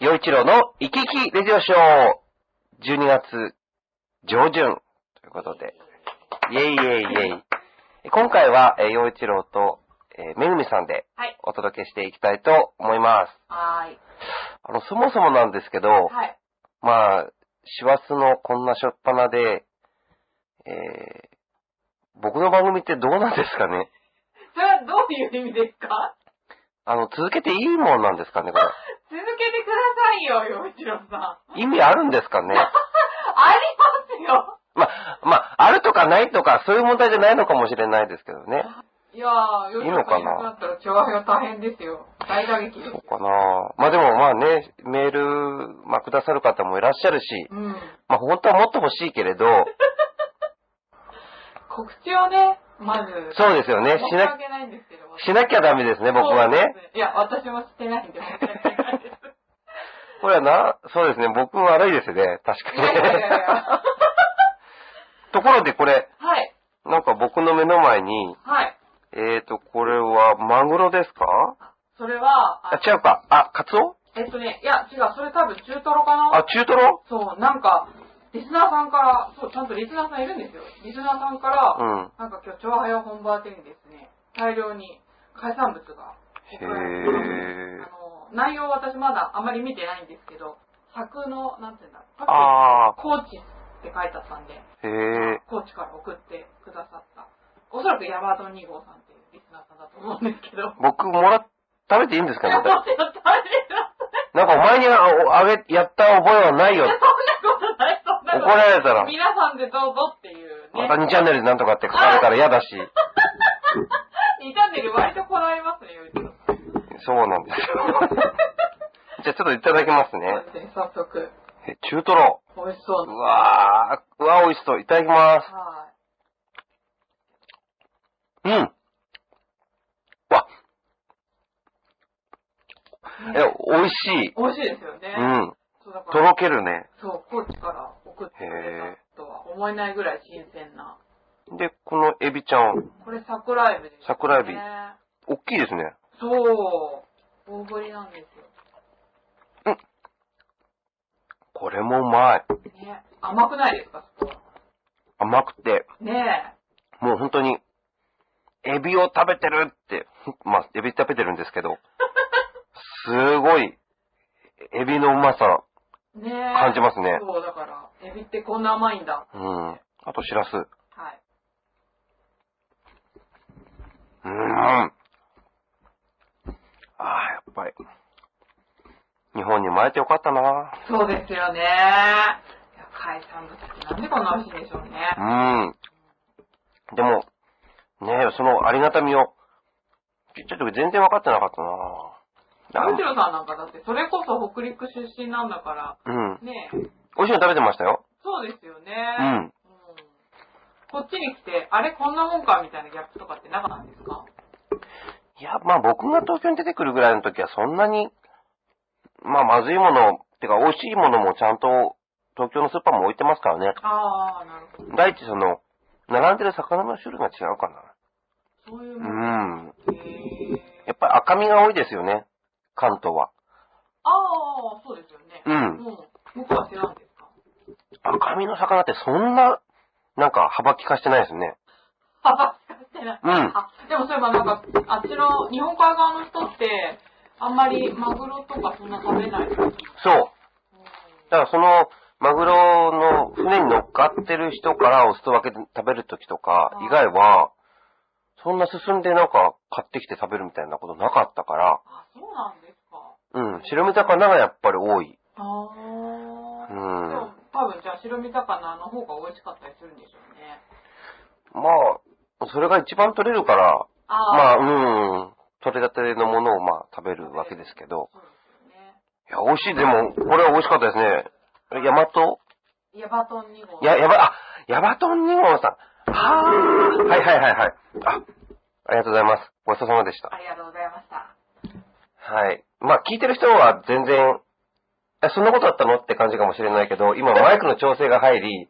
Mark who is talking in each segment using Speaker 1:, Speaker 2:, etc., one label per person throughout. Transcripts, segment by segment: Speaker 1: 一郎の生き生きレジオショー、12月上旬ということで、イェイイェイイェイ。今回は、えー、陽一郎と、えーめぐみさんで
Speaker 2: はい。
Speaker 1: お届けしていきたいと思います。
Speaker 2: はーい。
Speaker 1: あの、そもそもなんですけど、
Speaker 2: はい。
Speaker 1: まあ、師走のこんなしょっぱなで、えー僕の番組ってどうなんですかね
Speaker 2: それはどういう意味ですか
Speaker 1: あの、続けていいもんなんですかね これ。
Speaker 2: 続けてくださいよ、洋一郎さん。あ
Speaker 1: 意味あるんですか ね
Speaker 2: りますよ。
Speaker 1: まあ、まあ、あるとかないとか、そういう問題じゃないのかもしれないですけどね。
Speaker 2: いやー、洋一郎さんいなくなったら調和が大変ですよ。大打撃です
Speaker 1: そう
Speaker 2: よ。
Speaker 1: かなまあでもまあね、メール、まあくださる方もいらっしゃるし、
Speaker 2: うん。
Speaker 1: まあ本当はもっと欲しいけれど、
Speaker 2: 告知をね、まず。
Speaker 1: そうですよねし
Speaker 2: 申し
Speaker 1: な
Speaker 2: 訳ないんですけど。
Speaker 1: しなきゃダメですね、僕は
Speaker 2: そう
Speaker 1: ね
Speaker 2: で。す。いや、私もしてない んで申し訳ないです。
Speaker 1: これはな、そうですね、僕も悪いですね、確か
Speaker 2: いやいやいやいや
Speaker 1: に。 ところでこれ、
Speaker 2: はい。
Speaker 1: なんか僕の目の前に、
Speaker 2: はい。
Speaker 1: えーと、これはマグロですか
Speaker 2: それは、
Speaker 1: あ、
Speaker 2: あ
Speaker 1: 違うか。あ、カツオ
Speaker 2: えっとね、いや、違う、それ多分中トロかな
Speaker 1: あ、中トロ
Speaker 2: そう、なんか、リスナーさんから、そう、ちゃんとリスナーさんいるんですよ。リスナーさんから、
Speaker 1: うん
Speaker 2: なんか今日、超早本場店にですね、大量に海産物が送られて
Speaker 1: へー
Speaker 2: あの、内容私まだあまり見てないんですけど、柵の、なんていうんだ、
Speaker 1: あ
Speaker 2: コーチって書いてあったんで、
Speaker 1: ー、へえ。
Speaker 2: コーチから送ってくださった。おそらくヤマト2号さんっていうリスナーさんだと思うんですけど。
Speaker 1: 僕もらっ、食べていいんですか
Speaker 2: いや
Speaker 1: ね
Speaker 2: もうちょっとあれだ
Speaker 1: なんかお前にあおあげ、やった覚えはないよ
Speaker 2: そん。なことない、そんなこと
Speaker 1: 怒られたら
Speaker 2: 皆さんでどうぞっていうね。
Speaker 1: また2チャンネルでなんとかって書かれたら嫌だし。
Speaker 2: 2チャンネル割とこらえますね、ゆうちゃん。
Speaker 1: そうなんですよ。じゃあちょっといただきますね。
Speaker 2: そうですね、早速。
Speaker 1: え中トロ。
Speaker 2: 美味しそう
Speaker 1: う
Speaker 2: な。
Speaker 1: わー、うわー美味しそう。いただきます。
Speaker 2: は
Speaker 1: うん。わ、
Speaker 2: い。
Speaker 1: え
Speaker 2: ね、
Speaker 1: 美味しい。
Speaker 2: 美味しいですよね。
Speaker 1: うん。
Speaker 2: そうだか
Speaker 1: と
Speaker 2: ら、
Speaker 1: ろけるね。
Speaker 2: そう、高知から送ってくれたとは思えないぐらい新鮮な。
Speaker 1: で、このエビちゃん、
Speaker 2: これ桜エビです、ね。
Speaker 1: 桜エビ大きいですね。
Speaker 2: そう。大ぶりなんです
Speaker 1: これもうまい。
Speaker 2: よ。ね。甘くないですか、そこは。
Speaker 1: 甘くて、
Speaker 2: ね
Speaker 1: もう本当に、エビを食べてるって、まあ、エビ食べてるんですけど、すごい、エビのうまさ。
Speaker 2: え。ねえ。
Speaker 1: 感じますね
Speaker 2: そう、だから、エビってこんな甘いんだ。
Speaker 1: うん。あと、しらす。う
Speaker 2: はい。
Speaker 1: ーん。ああ、やっぱり。日本に生まれてよかったな
Speaker 2: そうですよね。いや海産物ってなんでこんな美味しいんでしょうね。
Speaker 1: うん。でも、ねえ、そのありがたみを、ちっちゃい時全然分かってなかったな
Speaker 2: むしろさんなんかだって、それこそ北陸出身なんだから、
Speaker 1: うん。
Speaker 2: ねえ、
Speaker 1: 美味しいの食べてましたよ。
Speaker 2: そうですよね。
Speaker 1: うん
Speaker 2: うんこっちに来て、あれこんなもんかみたいなギャップとかってなかったんですか
Speaker 1: いや、まあ僕が東京に出てくるぐらいの時はそんなに、まあまずいもの、てか美味しいものもちゃんと東京のスーパーも置いてますからね。
Speaker 2: ああ、なるほど。
Speaker 1: 第一その、並んでる魚の種類が違うか
Speaker 2: そういう
Speaker 1: な。
Speaker 2: もん。
Speaker 1: うん。
Speaker 2: へ
Speaker 1: や
Speaker 2: え。
Speaker 1: っぱり赤身が多いですよね。関東は。
Speaker 2: ああ、そうですよね。
Speaker 1: うん
Speaker 2: もうん、向こうは知らんですか
Speaker 1: 赤身の魚ってそんな、なんか幅利かしてないですね。
Speaker 2: 幅利かしてない。
Speaker 1: うん
Speaker 2: あ、 でもそういえばなんか、あっちの日本海側の人って、あんまりマグロとかそんな食べない。うん
Speaker 1: そう。だからその、マグロの船に乗っかってる人からおすそ分けで食べる時とか以外は、そんな進んでなんか買ってきて食べるみたいなことなかったから、
Speaker 2: あ、そうなんですか。
Speaker 1: うん、白身魚がやっぱり多い。
Speaker 2: ああ。
Speaker 1: う
Speaker 2: で
Speaker 1: ん
Speaker 2: も多分じゃあ白身魚の方が美味しかったりするんでしょう
Speaker 1: ま
Speaker 2: ね。
Speaker 1: あ、それが一番取れるから、ま
Speaker 2: あ
Speaker 1: あ、
Speaker 2: あ。
Speaker 1: うん、取れたてのものをまあ食べるわけですけど。
Speaker 2: そうですよ
Speaker 1: い
Speaker 2: ね。
Speaker 1: や、美味しい。でも、これは美味しかったですね。ヤマト
Speaker 2: ヤバトン2号。
Speaker 1: や、やば、あ、ヤバトン2号さん。あーはいはいはいはい。あ、ありがとうございます。ごちそうさまでした
Speaker 2: あ。りがとうございました。
Speaker 1: はい。まあ、聞いてる人は全然、え、そんなことあったのって感じかもしれないけど、今マイクの調整が入り、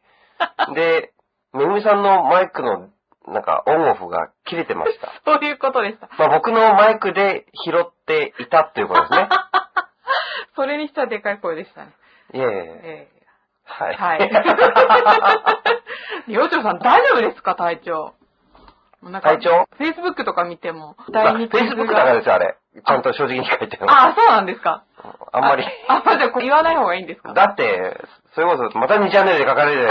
Speaker 1: で、めぐみさんのマイクの、なんか、オンオフが切れてました。
Speaker 2: そういうことでした。
Speaker 1: まあ、僕のマイクで拾っていたっていうことですね。
Speaker 2: それにしてはでかい声でしたね。
Speaker 1: いえいえ。
Speaker 2: ええ
Speaker 1: はい。
Speaker 2: はい。寮長さん大丈夫ですか体調。なんか
Speaker 1: 体調
Speaker 2: ?Facebook とか見ても、
Speaker 1: まあ
Speaker 2: 第
Speaker 1: Facebook
Speaker 2: 二
Speaker 1: だからですよ、あれ。ちゃんと正直に書いてます。
Speaker 2: ああ、そうなんですか。
Speaker 1: あんまり。
Speaker 2: あ、あじゃあこれ言わない方がいいんですか
Speaker 1: だって、それこそ、また2チャンネルで書かれ る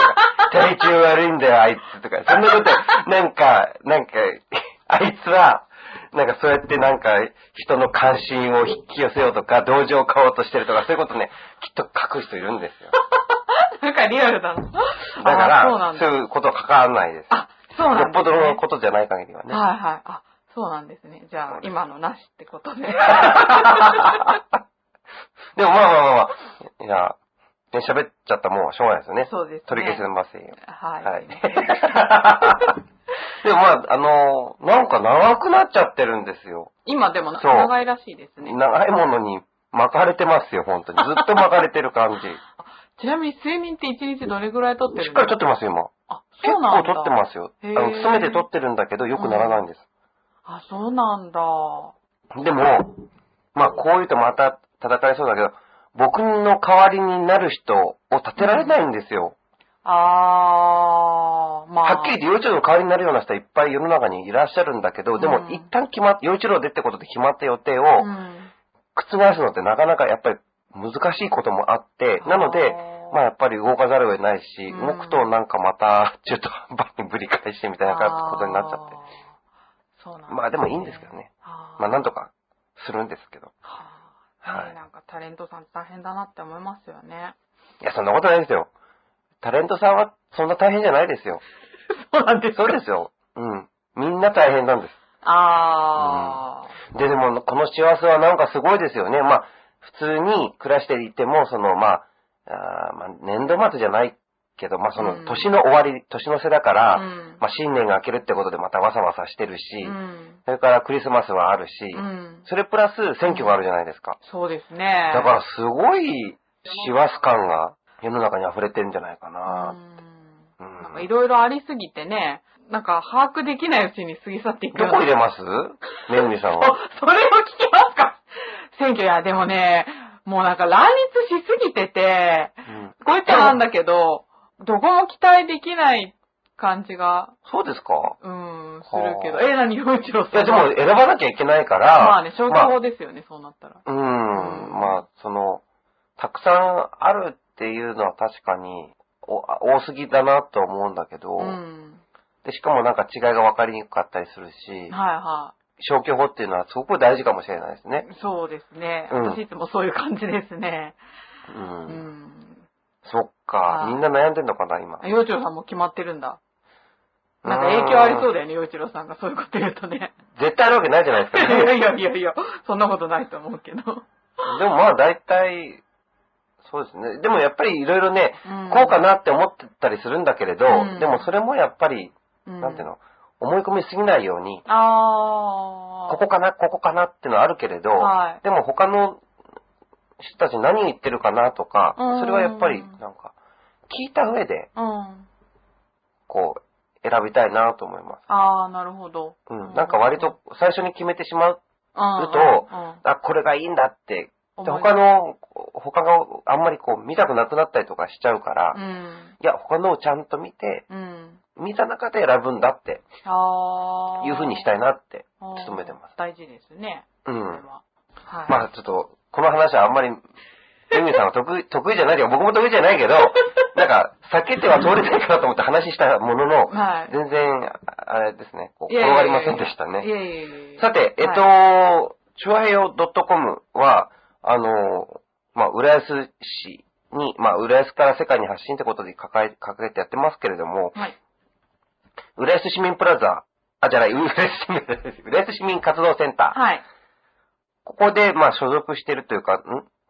Speaker 1: じゃないか。テレ中悪いんだよ、あいつとか。そんなこと、なんか、なんか、 あいつは、なんかそうやってなんか、人の関心を引き寄せようとか、同情を買おうとしてるとか、そういうことね、きっと書く人いるんです よ。
Speaker 2: なんかリアルだな。だか
Speaker 1: だか
Speaker 2: そうな
Speaker 1: ら
Speaker 2: ん、
Speaker 1: そ
Speaker 2: だ。
Speaker 1: ういうことは関わらないです。
Speaker 2: あ、そう
Speaker 1: よ
Speaker 2: な
Speaker 1: っ
Speaker 2: ん
Speaker 1: ぽ
Speaker 2: です、
Speaker 1: ど
Speaker 2: ね。
Speaker 1: のことじゃない限りはね。
Speaker 2: はいはい。あ、そうなんですね。じゃあ、今のなしってことで。
Speaker 1: でもまあまあまあまあ、いや、ね、喋っちゃったもんはしょうがないですよね。
Speaker 2: そうですね
Speaker 1: 取り消せませんよ。
Speaker 2: はい。
Speaker 1: はい。 でもまあ、あの、なんか長くなっちゃってるんですよ。
Speaker 2: 今でもな
Speaker 1: そう
Speaker 2: 長いらしいですね。
Speaker 1: 長いものに巻かれてますよ、本当に。ずっと巻かれてる感じ。
Speaker 2: ちなみに睡眠って1日どれぐらい取って
Speaker 1: し
Speaker 2: る
Speaker 1: っ
Speaker 2: ん
Speaker 1: か
Speaker 2: で
Speaker 1: り取っ
Speaker 2: す
Speaker 1: てますよ、今。
Speaker 2: あ、
Speaker 1: 結
Speaker 2: そうな
Speaker 1: 構
Speaker 2: んだ。
Speaker 1: 取ってますよ。あ
Speaker 2: へー
Speaker 1: の、勤めて取ってるんだけど、良くならないんです。
Speaker 2: あ、そうなんだ。
Speaker 1: でも、まあ、こう言うとまた叩かれそうだけど、僕の代わりになる人を立てられないんですよ。
Speaker 2: あー、まあ。
Speaker 1: はっきり言って、洋一郎の代わりになるような人はいっぱい世の中にいらっしゃるんだけど、で
Speaker 2: う
Speaker 1: も
Speaker 2: ん
Speaker 1: 一旦決まっ、洋一郎でってことで決まった予定を
Speaker 2: うん
Speaker 1: 覆すのってなかなかやっぱり難しいこともあって、なので、
Speaker 2: あー
Speaker 1: まあやっぱり動かざるを得ないし、
Speaker 2: うん
Speaker 1: 動くとなんかまた中途半端にぶり返してみたいなことになっちゃって
Speaker 2: あ。ーそうなんすね
Speaker 1: まあでもいいんですけどね。
Speaker 2: あー
Speaker 1: まあなんとかするんですけど。
Speaker 2: はあ
Speaker 1: は
Speaker 2: ね
Speaker 1: い
Speaker 2: なんかタレントさんって大変だなって思いますよね。
Speaker 1: いや、そんなことないですよ。タレントさんはそんな大変じゃない ですよ。
Speaker 2: そうなんで
Speaker 1: そうですよ。うん。みんな大変なんです。
Speaker 2: ああ、
Speaker 1: で、でも、この幸せはなんかすごいですよね。まあ、普通に暮らしていても、その、まあ、あーまあ、年度末じゃないけど、まあ、そ
Speaker 2: う
Speaker 1: の、
Speaker 2: ん
Speaker 1: 年の終わり、年の瀬だから、
Speaker 2: うん
Speaker 1: まあ、新年が明けるってことでまたわさわさしてるし、
Speaker 2: うん。
Speaker 1: それからクリスマスはあるし、
Speaker 2: うん。
Speaker 1: それプラス選挙があるじゃないですか。
Speaker 2: そうですね。
Speaker 1: だから、すごい、師走感が世の中に溢れてるんじゃないかな。
Speaker 2: う
Speaker 1: うん
Speaker 2: ん。なんかいろいろありすぎてね、なんか把握できないうちに過ぎ去っていく
Speaker 1: ど
Speaker 2: よう
Speaker 1: こ
Speaker 2: な
Speaker 1: 入れますめぐみさんは。
Speaker 2: そそれを聞きますか選挙、いや、でもね、もうなんか乱立しすぎてて、
Speaker 1: うん
Speaker 2: こういったらなんだけど、どこも期待できない感じが、
Speaker 1: そうですか
Speaker 2: うん、するけど。
Speaker 1: はあ
Speaker 2: え、何、洋一郎さん。
Speaker 1: いや、でも、選ばなきゃいけないから、
Speaker 2: まあね、消去
Speaker 1: まあ
Speaker 2: 法ですよね、そうなったら。
Speaker 1: うん、まあ、その、たくさんあるっていうのは確かに、お多すぎだなと思うんだけど、
Speaker 2: うん。
Speaker 1: で、しかもなんか違いが分かりにくかったりするし、
Speaker 2: は
Speaker 1: 消去法っていうのはすごく大事かもしれないです
Speaker 2: い
Speaker 1: ね。
Speaker 2: はい。そうですね。
Speaker 1: うん
Speaker 2: 私いつもそういう感じですね。
Speaker 1: う。
Speaker 2: うんん。
Speaker 1: そっ
Speaker 2: は
Speaker 1: か、
Speaker 2: い
Speaker 1: みんな悩んでんのかな、今。
Speaker 2: 洋一郎さんも決まってるんだ。なんか影響ありそうだよね、洋一郎さんがそういうこと言う とね。
Speaker 1: 絶対あるわけないじゃないです
Speaker 2: い
Speaker 1: か、
Speaker 2: やいやいやいや、そんなことないと思うけど。
Speaker 1: でもまあ、大体、そうですね。でもやっぱりいろいろね、
Speaker 2: うん
Speaker 1: こうかなって思ってたりするんだけれど、
Speaker 2: うん
Speaker 1: でもそれもやっぱり、
Speaker 2: うん
Speaker 1: なんていうの、思い込みすぎないように、
Speaker 2: ああ。
Speaker 1: ここかな、ここかなってのはあるけれど、
Speaker 2: はい
Speaker 1: でも他の人たち何言ってるかなとか、
Speaker 2: うん
Speaker 1: それはやっぱりなんか、聞いた上で、
Speaker 2: うん。
Speaker 1: こう、選びたいなと思います。
Speaker 2: ああ、なるほど。
Speaker 1: うん。なんか割と最初に決めてしまう、
Speaker 2: うん、
Speaker 1: るとあ、これがいいんだって、
Speaker 2: うん、
Speaker 1: で他の、他があんまりこう見たくなくなったりとかしちゃうから、
Speaker 2: う
Speaker 1: い
Speaker 2: ん。
Speaker 1: や、他のをちゃんと見て、
Speaker 2: うん。
Speaker 1: 見た中で選ぶんだって、
Speaker 2: ああ。
Speaker 1: いう風にしたいなって、
Speaker 2: あー
Speaker 1: 努めてます。
Speaker 2: 大事ですね。
Speaker 1: う
Speaker 2: それ
Speaker 1: ん。
Speaker 2: は。はい。
Speaker 1: まあちょっと、この話はあんまり、エミさんは得意、 得意じゃないけど、僕も得意じゃないけど、 なんか、避けては通れないかなと思って話したものの、
Speaker 2: はい
Speaker 1: 全然、ああれですね、こう
Speaker 2: いや
Speaker 1: 転
Speaker 2: い
Speaker 1: が
Speaker 2: やい
Speaker 1: りま
Speaker 2: や
Speaker 1: せんでした
Speaker 2: い
Speaker 1: ね。
Speaker 2: やいやいやいや
Speaker 1: さて、えっと、
Speaker 2: はい
Speaker 1: チュアヘヨ .com は、あの、まあ、浦安市に、まあ、浦安から世界に発信ってことで掲げ掲げてやってますけれども、
Speaker 2: はい。
Speaker 1: 浦安市民プラザ、あ、じゃない、浦安市民、浦安市民活動センター。
Speaker 2: はい。
Speaker 1: ここで、まあ、所属してるというか、ん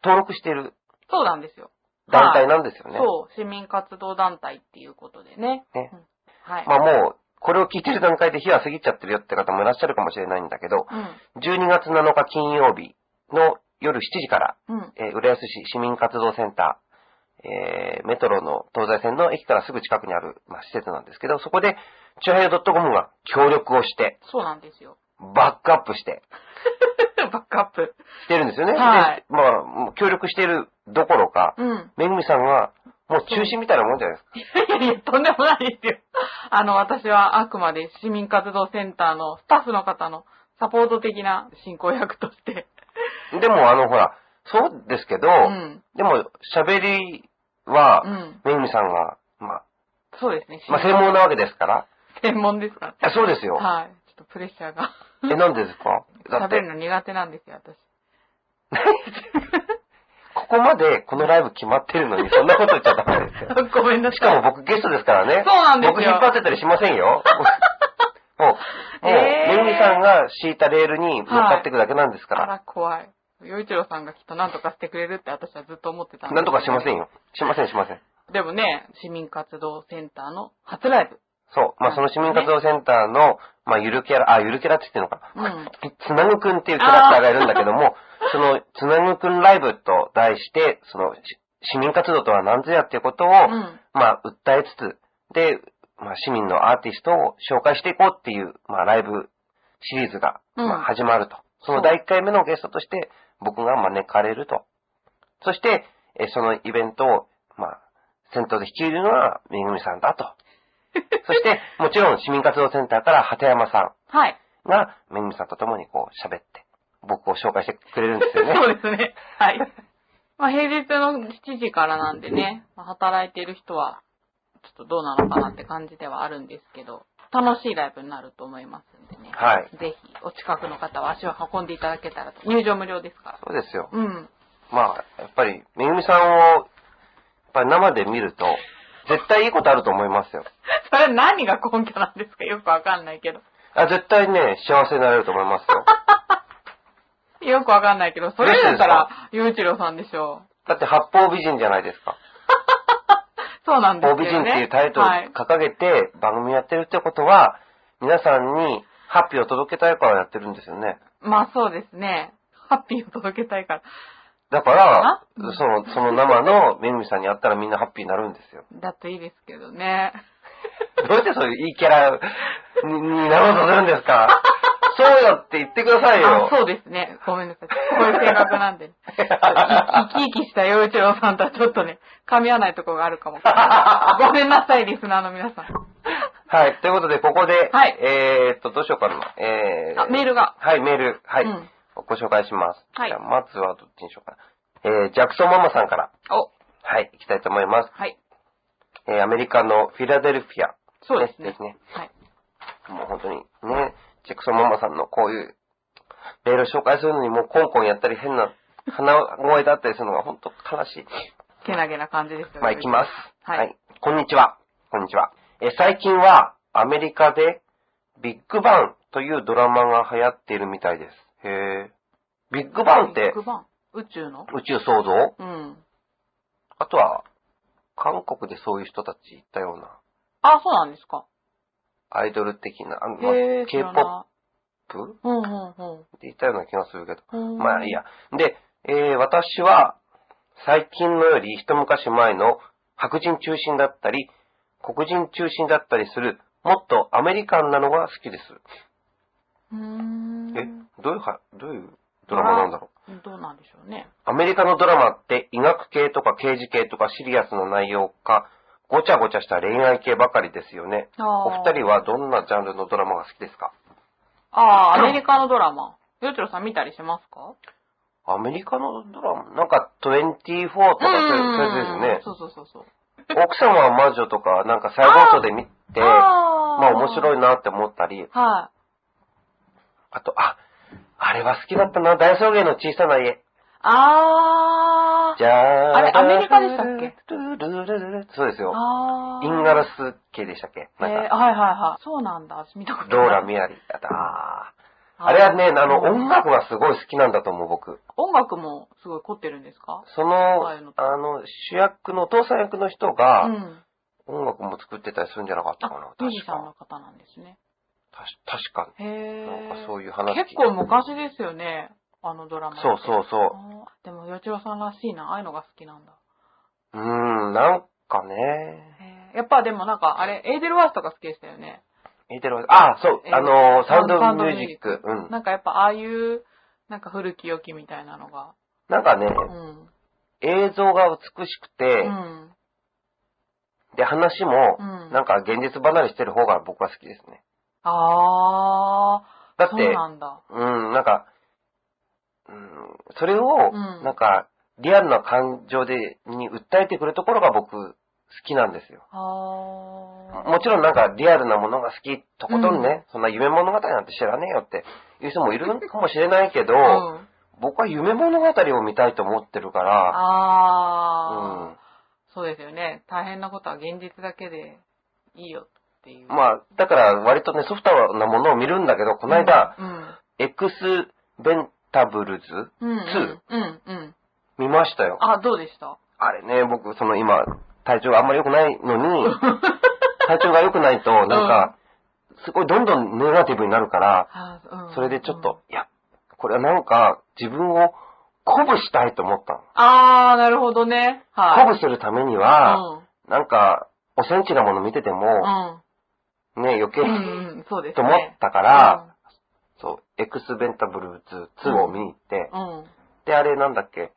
Speaker 1: 登録してる
Speaker 2: そうなんですよ。
Speaker 1: 団体なんですよね。
Speaker 2: そう、市民活動団体っていうことでね。
Speaker 1: ね
Speaker 2: うんはい。
Speaker 1: まあ、もう、これを聞いてる段階で日は過ぎちゃってるよって方もいらっしゃるかもしれないんだけど、12月7日金曜日の夜7時から、
Speaker 2: うん。うん。
Speaker 1: えー浦安市市民活動センター、えーメトロの東西線の駅からすぐ近くにある、まあ、施設なんですけど、そこで、チュアヘイドットコムが協力をして、
Speaker 2: そうなんですよ。
Speaker 1: バックアップして、
Speaker 2: よ、バックアップ。
Speaker 1: してるんですよね。
Speaker 2: はい
Speaker 1: で、まあ、もう協力してるどころか、
Speaker 2: うん。
Speaker 1: めぐみさんは、もう中止みたいなもんじゃないですか。
Speaker 2: いやいやいや、とんでもないですよ。あの、私はあくまで市民活動センターのスタッフの方のサポート的な進行役として。
Speaker 1: でも、あの、ほら、そうですけど、
Speaker 2: うん。
Speaker 1: でも、喋りは
Speaker 2: う、ん。
Speaker 1: めぐみさんが、まあ、
Speaker 2: そうですね。
Speaker 1: まあ、専門なわけですから。
Speaker 2: 専門ですから。
Speaker 1: いや、そうですよ。
Speaker 2: はい。ちょっとプレッシャーが。
Speaker 1: え、なんでですかだっ
Speaker 2: 喋
Speaker 1: て
Speaker 2: る、の苦手なんですよ、私。
Speaker 1: ここまでこのライブ決まってるのに、そんなこと言っちゃダメ ですよ。
Speaker 2: ごめんなさい。
Speaker 1: しかも僕ゲストですからね。
Speaker 2: そうなんですよ
Speaker 1: 僕引っ張ってたりしません よ。もう、もう、
Speaker 2: えー
Speaker 1: めぐみさんが敷いたレールに向かっていくだけなんですか
Speaker 2: あ
Speaker 1: ら。
Speaker 2: ら、怖い。洋一郎さんがきっと何とかしてくれるって私はずっと思ってたんです
Speaker 1: なんとかしませんよ。しません、しません。
Speaker 2: でもね、市民活動センターの初ライブ。
Speaker 1: そう。まあ、その市民活動センターの、まあ、ゆるキャラ、あ、ゆるキャラって言ってるのかな。
Speaker 2: うん。
Speaker 1: つなぐくんっていうキャラクターがいるんだけども、その、つなぐくんライブと題して、その、し市民活動とは何ぞやっていうことを、
Speaker 2: うん。
Speaker 1: まあ、訴えつつ、で、まあ、市民のアーティストを紹介していこうっていう、まあ、ライブシリーズが、
Speaker 2: うん
Speaker 1: まあ、始まると。その第1回目のゲストとして、僕が招かれると。そして、えーそのイベントを、まあ、先頭で率いるのは、めぐみさん だと。そして、もちろん市民活動センターから、鳩山さ
Speaker 2: はい。
Speaker 1: んが、めぐみさんと共にこう、喋って、僕を紹介してくれるんですよね。
Speaker 2: そうですね。はい。 まあ、平日の7時からなんでね、まあ働いてる人は、ちょっとどうなのかなって感じではあるんですけど、楽しいライブになると思いますんでね。
Speaker 1: はい。
Speaker 2: ぜひ、お近くの方は足を運んでいただけたらと。入場無料ですから。
Speaker 1: そうですよ。
Speaker 2: うん。
Speaker 1: まあ、やっぱり、めぐみさんを、やっぱり生で見ると、絶対いいことあると思いますよ。
Speaker 2: それ何が根拠なんですかよくわかんないけど。
Speaker 1: あ絶対ね、幸せになれると思います よ。
Speaker 2: よくわかんないけど、それだったら、ゆういちろうさんでしょう。
Speaker 1: だって、八方美人じゃないですか。
Speaker 2: そうなんです
Speaker 1: 八
Speaker 2: よ
Speaker 1: 方美人
Speaker 2: ね。
Speaker 1: っていうタイトルを
Speaker 2: はい。
Speaker 1: 掲げて、番組やってるってことは、皆さんにハッピーを届けたいからやってるんですよね。
Speaker 2: まあそうですね。ハッピーを届けたいから。
Speaker 1: だから
Speaker 2: うん、
Speaker 1: その、その生のめぐみさんに会ったらみんなハッピーになるんですよ。
Speaker 2: だといいですけどね。
Speaker 1: どうしてそういういいキャラにになろうとするんです かそうよって言ってください
Speaker 2: あ
Speaker 1: よ。
Speaker 2: そうですね。ごめんなさい。こういう性格なんで、ね。生き生きした洋一郎さんとはちょっとね、噛み合わないところがあるかも。ごめんなさい、リスナーの皆さん。
Speaker 1: はい。ということで、ここで、
Speaker 2: はい
Speaker 1: えーっと、どうしようかな。えー、
Speaker 2: あメールが
Speaker 1: はい、メール。はい。
Speaker 2: うん
Speaker 1: ご紹介します。
Speaker 2: はい
Speaker 1: じゃあ、まずはどっちにしようかな。えー、ジャクソンママさんから、
Speaker 2: お、
Speaker 1: はい、いきたいと思います。
Speaker 2: はい。
Speaker 1: えー、アメリカのフィラデルフィア。
Speaker 2: そうです
Speaker 1: で
Speaker 2: ね
Speaker 1: す。ね。
Speaker 2: はい。
Speaker 1: もう本当にね、ジャクソンママさんのこういう、メールを紹介するのにもうコンコンやったり変な鼻声だったりするのが本当悲しい。
Speaker 2: けなげな感じですよ
Speaker 1: まあ、いきます。
Speaker 2: はい
Speaker 1: こんにちは。こんにちは。え、最近は、アメリカで、ビッグバンというドラマが流行っているみたいです。へえ。ビッグバンっ
Speaker 2: ビ
Speaker 1: て
Speaker 2: ッ、グバン宇宙の
Speaker 1: 宇宙創造
Speaker 2: うん。
Speaker 1: あとは、韓国でそういう人たちいたような、
Speaker 2: あ、そうなんですか。
Speaker 1: アイドル的な、あの、まあ
Speaker 2: へえ、知ら
Speaker 1: K-POP
Speaker 2: なうんうん
Speaker 1: でいたような気がするけど。
Speaker 2: うん。うん
Speaker 1: まあいい。や。で、えー私は、最近のより一昔前の白人中心だったり、黒人中心だったりする、もっとアメリカンなのが好きです。
Speaker 2: うーん。
Speaker 1: え、どういうは、どういうドラマなんだろう。
Speaker 2: どうなんでしょうね。
Speaker 1: アメリカのドラマって医学系とか刑事系とかシリアスな内容か、ごちゃごちゃした恋愛系ばかりですよね。
Speaker 2: あー
Speaker 1: お二人はどんなジャンルのドラマが好きですか
Speaker 2: ああー、アメリカのドラマ。よちろさん見たりしますか
Speaker 1: アメリカのドラマなんか24とかそういうそういうやつですよね。
Speaker 2: そうそうそうそう。
Speaker 1: 奥様は魔女とか、なんか再放送で見て、
Speaker 2: あー
Speaker 1: まあ面白いなって思ったり、
Speaker 2: は
Speaker 1: あと、あ、あれは好きだったな、大草原の小さな家。
Speaker 2: い。ああ。
Speaker 1: じゃあ、
Speaker 2: あれアメリカでしたっけ
Speaker 1: そうですよ。
Speaker 2: ああ。
Speaker 1: インガラ
Speaker 2: ス。
Speaker 1: ス系でしたっけ
Speaker 2: えー、
Speaker 1: な
Speaker 2: は
Speaker 1: ん
Speaker 2: いはい
Speaker 1: か、
Speaker 2: はい。そうなんだ。私見たことな
Speaker 1: ロ
Speaker 2: い。
Speaker 1: ーラ・ミアリーだった。あーあれはね、あの、音楽がすごい好きなんだと思う、僕。
Speaker 2: 音楽もすごい凝ってるんですか
Speaker 1: その、
Speaker 2: は
Speaker 1: あ
Speaker 2: い
Speaker 1: の、主役の、お父さん役の人
Speaker 2: う
Speaker 1: が、
Speaker 2: ん。
Speaker 1: 音楽も作ってたりするんじゃなかったかな、
Speaker 2: あ、ミュージ
Speaker 1: 確
Speaker 2: シャンの
Speaker 1: か。
Speaker 2: 方なんですね。
Speaker 1: たし確か
Speaker 2: へ
Speaker 1: に。
Speaker 2: え。
Speaker 1: なんかそういう話。
Speaker 2: 結構昔ですよね。あのドラマって。
Speaker 1: そうそうそう。
Speaker 2: あーでも、よちろさんらしいな。ああいうのが好きなんだ。
Speaker 1: うーん、なんかね。
Speaker 2: へーやっぱでもなんか、あれ、エーデルワースとか好きでしたよね。
Speaker 1: エーテルワイズあ、そう、
Speaker 2: えー
Speaker 1: あのー、サウン
Speaker 2: サウン
Speaker 1: ド
Speaker 2: ド
Speaker 1: ミ
Speaker 2: ミ
Speaker 1: ュ
Speaker 2: ュ
Speaker 1: ー
Speaker 2: ー
Speaker 1: ジ
Speaker 2: ジ
Speaker 1: ッ
Speaker 2: ッ
Speaker 1: ク。うん。
Speaker 2: なんかやっぱああいうなんか古き良きみたいなのが。
Speaker 1: なんかね、
Speaker 2: うん。
Speaker 1: 映像が美しく
Speaker 2: う
Speaker 1: て、
Speaker 2: ん。
Speaker 1: で、話も
Speaker 2: う、ん。
Speaker 1: なんか現実離れしてる方が僕は好きですね。
Speaker 2: あ
Speaker 1: だ
Speaker 2: ー。
Speaker 1: っ
Speaker 2: そ
Speaker 1: て、
Speaker 2: うなんだ。
Speaker 1: うん、なんか、うん、それ
Speaker 2: う
Speaker 1: を、
Speaker 2: ん
Speaker 1: なんか、リアルな感情で、に訴えてくるところが僕、好きなんですよ。
Speaker 2: あー。
Speaker 1: もちろんなんか、リアルなものが好き、とことんね、そんな夢物語なんて知らねえよって、いう人もいるかもしれないけど、
Speaker 2: うん。
Speaker 1: 僕は夢物語を見たいと思ってるから、
Speaker 2: あー。
Speaker 1: う
Speaker 2: そうですよね。大変なことは現実だけでいいよっていう。
Speaker 1: ん。まあ、だから割とね、ソフトなものを見るんだけど、この間、
Speaker 2: うん、
Speaker 1: エクスベンタブルズ
Speaker 2: うん。うん。うん。うん。
Speaker 1: 見ましたよ。
Speaker 2: あ、どうでした
Speaker 1: あれね、僕、その今、体調があんまり良くないのに、体調が良くないと、なんか、すごいどんどんネガティブになるから、
Speaker 2: あうん
Speaker 1: それでちょっと、いや、これはなんか、自分を鼓舞したいと思ったの。
Speaker 2: あー、なるほどね。はい。
Speaker 1: 鼓舞するためには、なんか、おセンチなもの見てても、ね、余計
Speaker 2: うん。うん。うんうん。そうですね。
Speaker 1: と思ったから、そう、エクスベンタブルーズ2を見に行って、
Speaker 2: うん。うん。
Speaker 1: で、あれなんだっけ、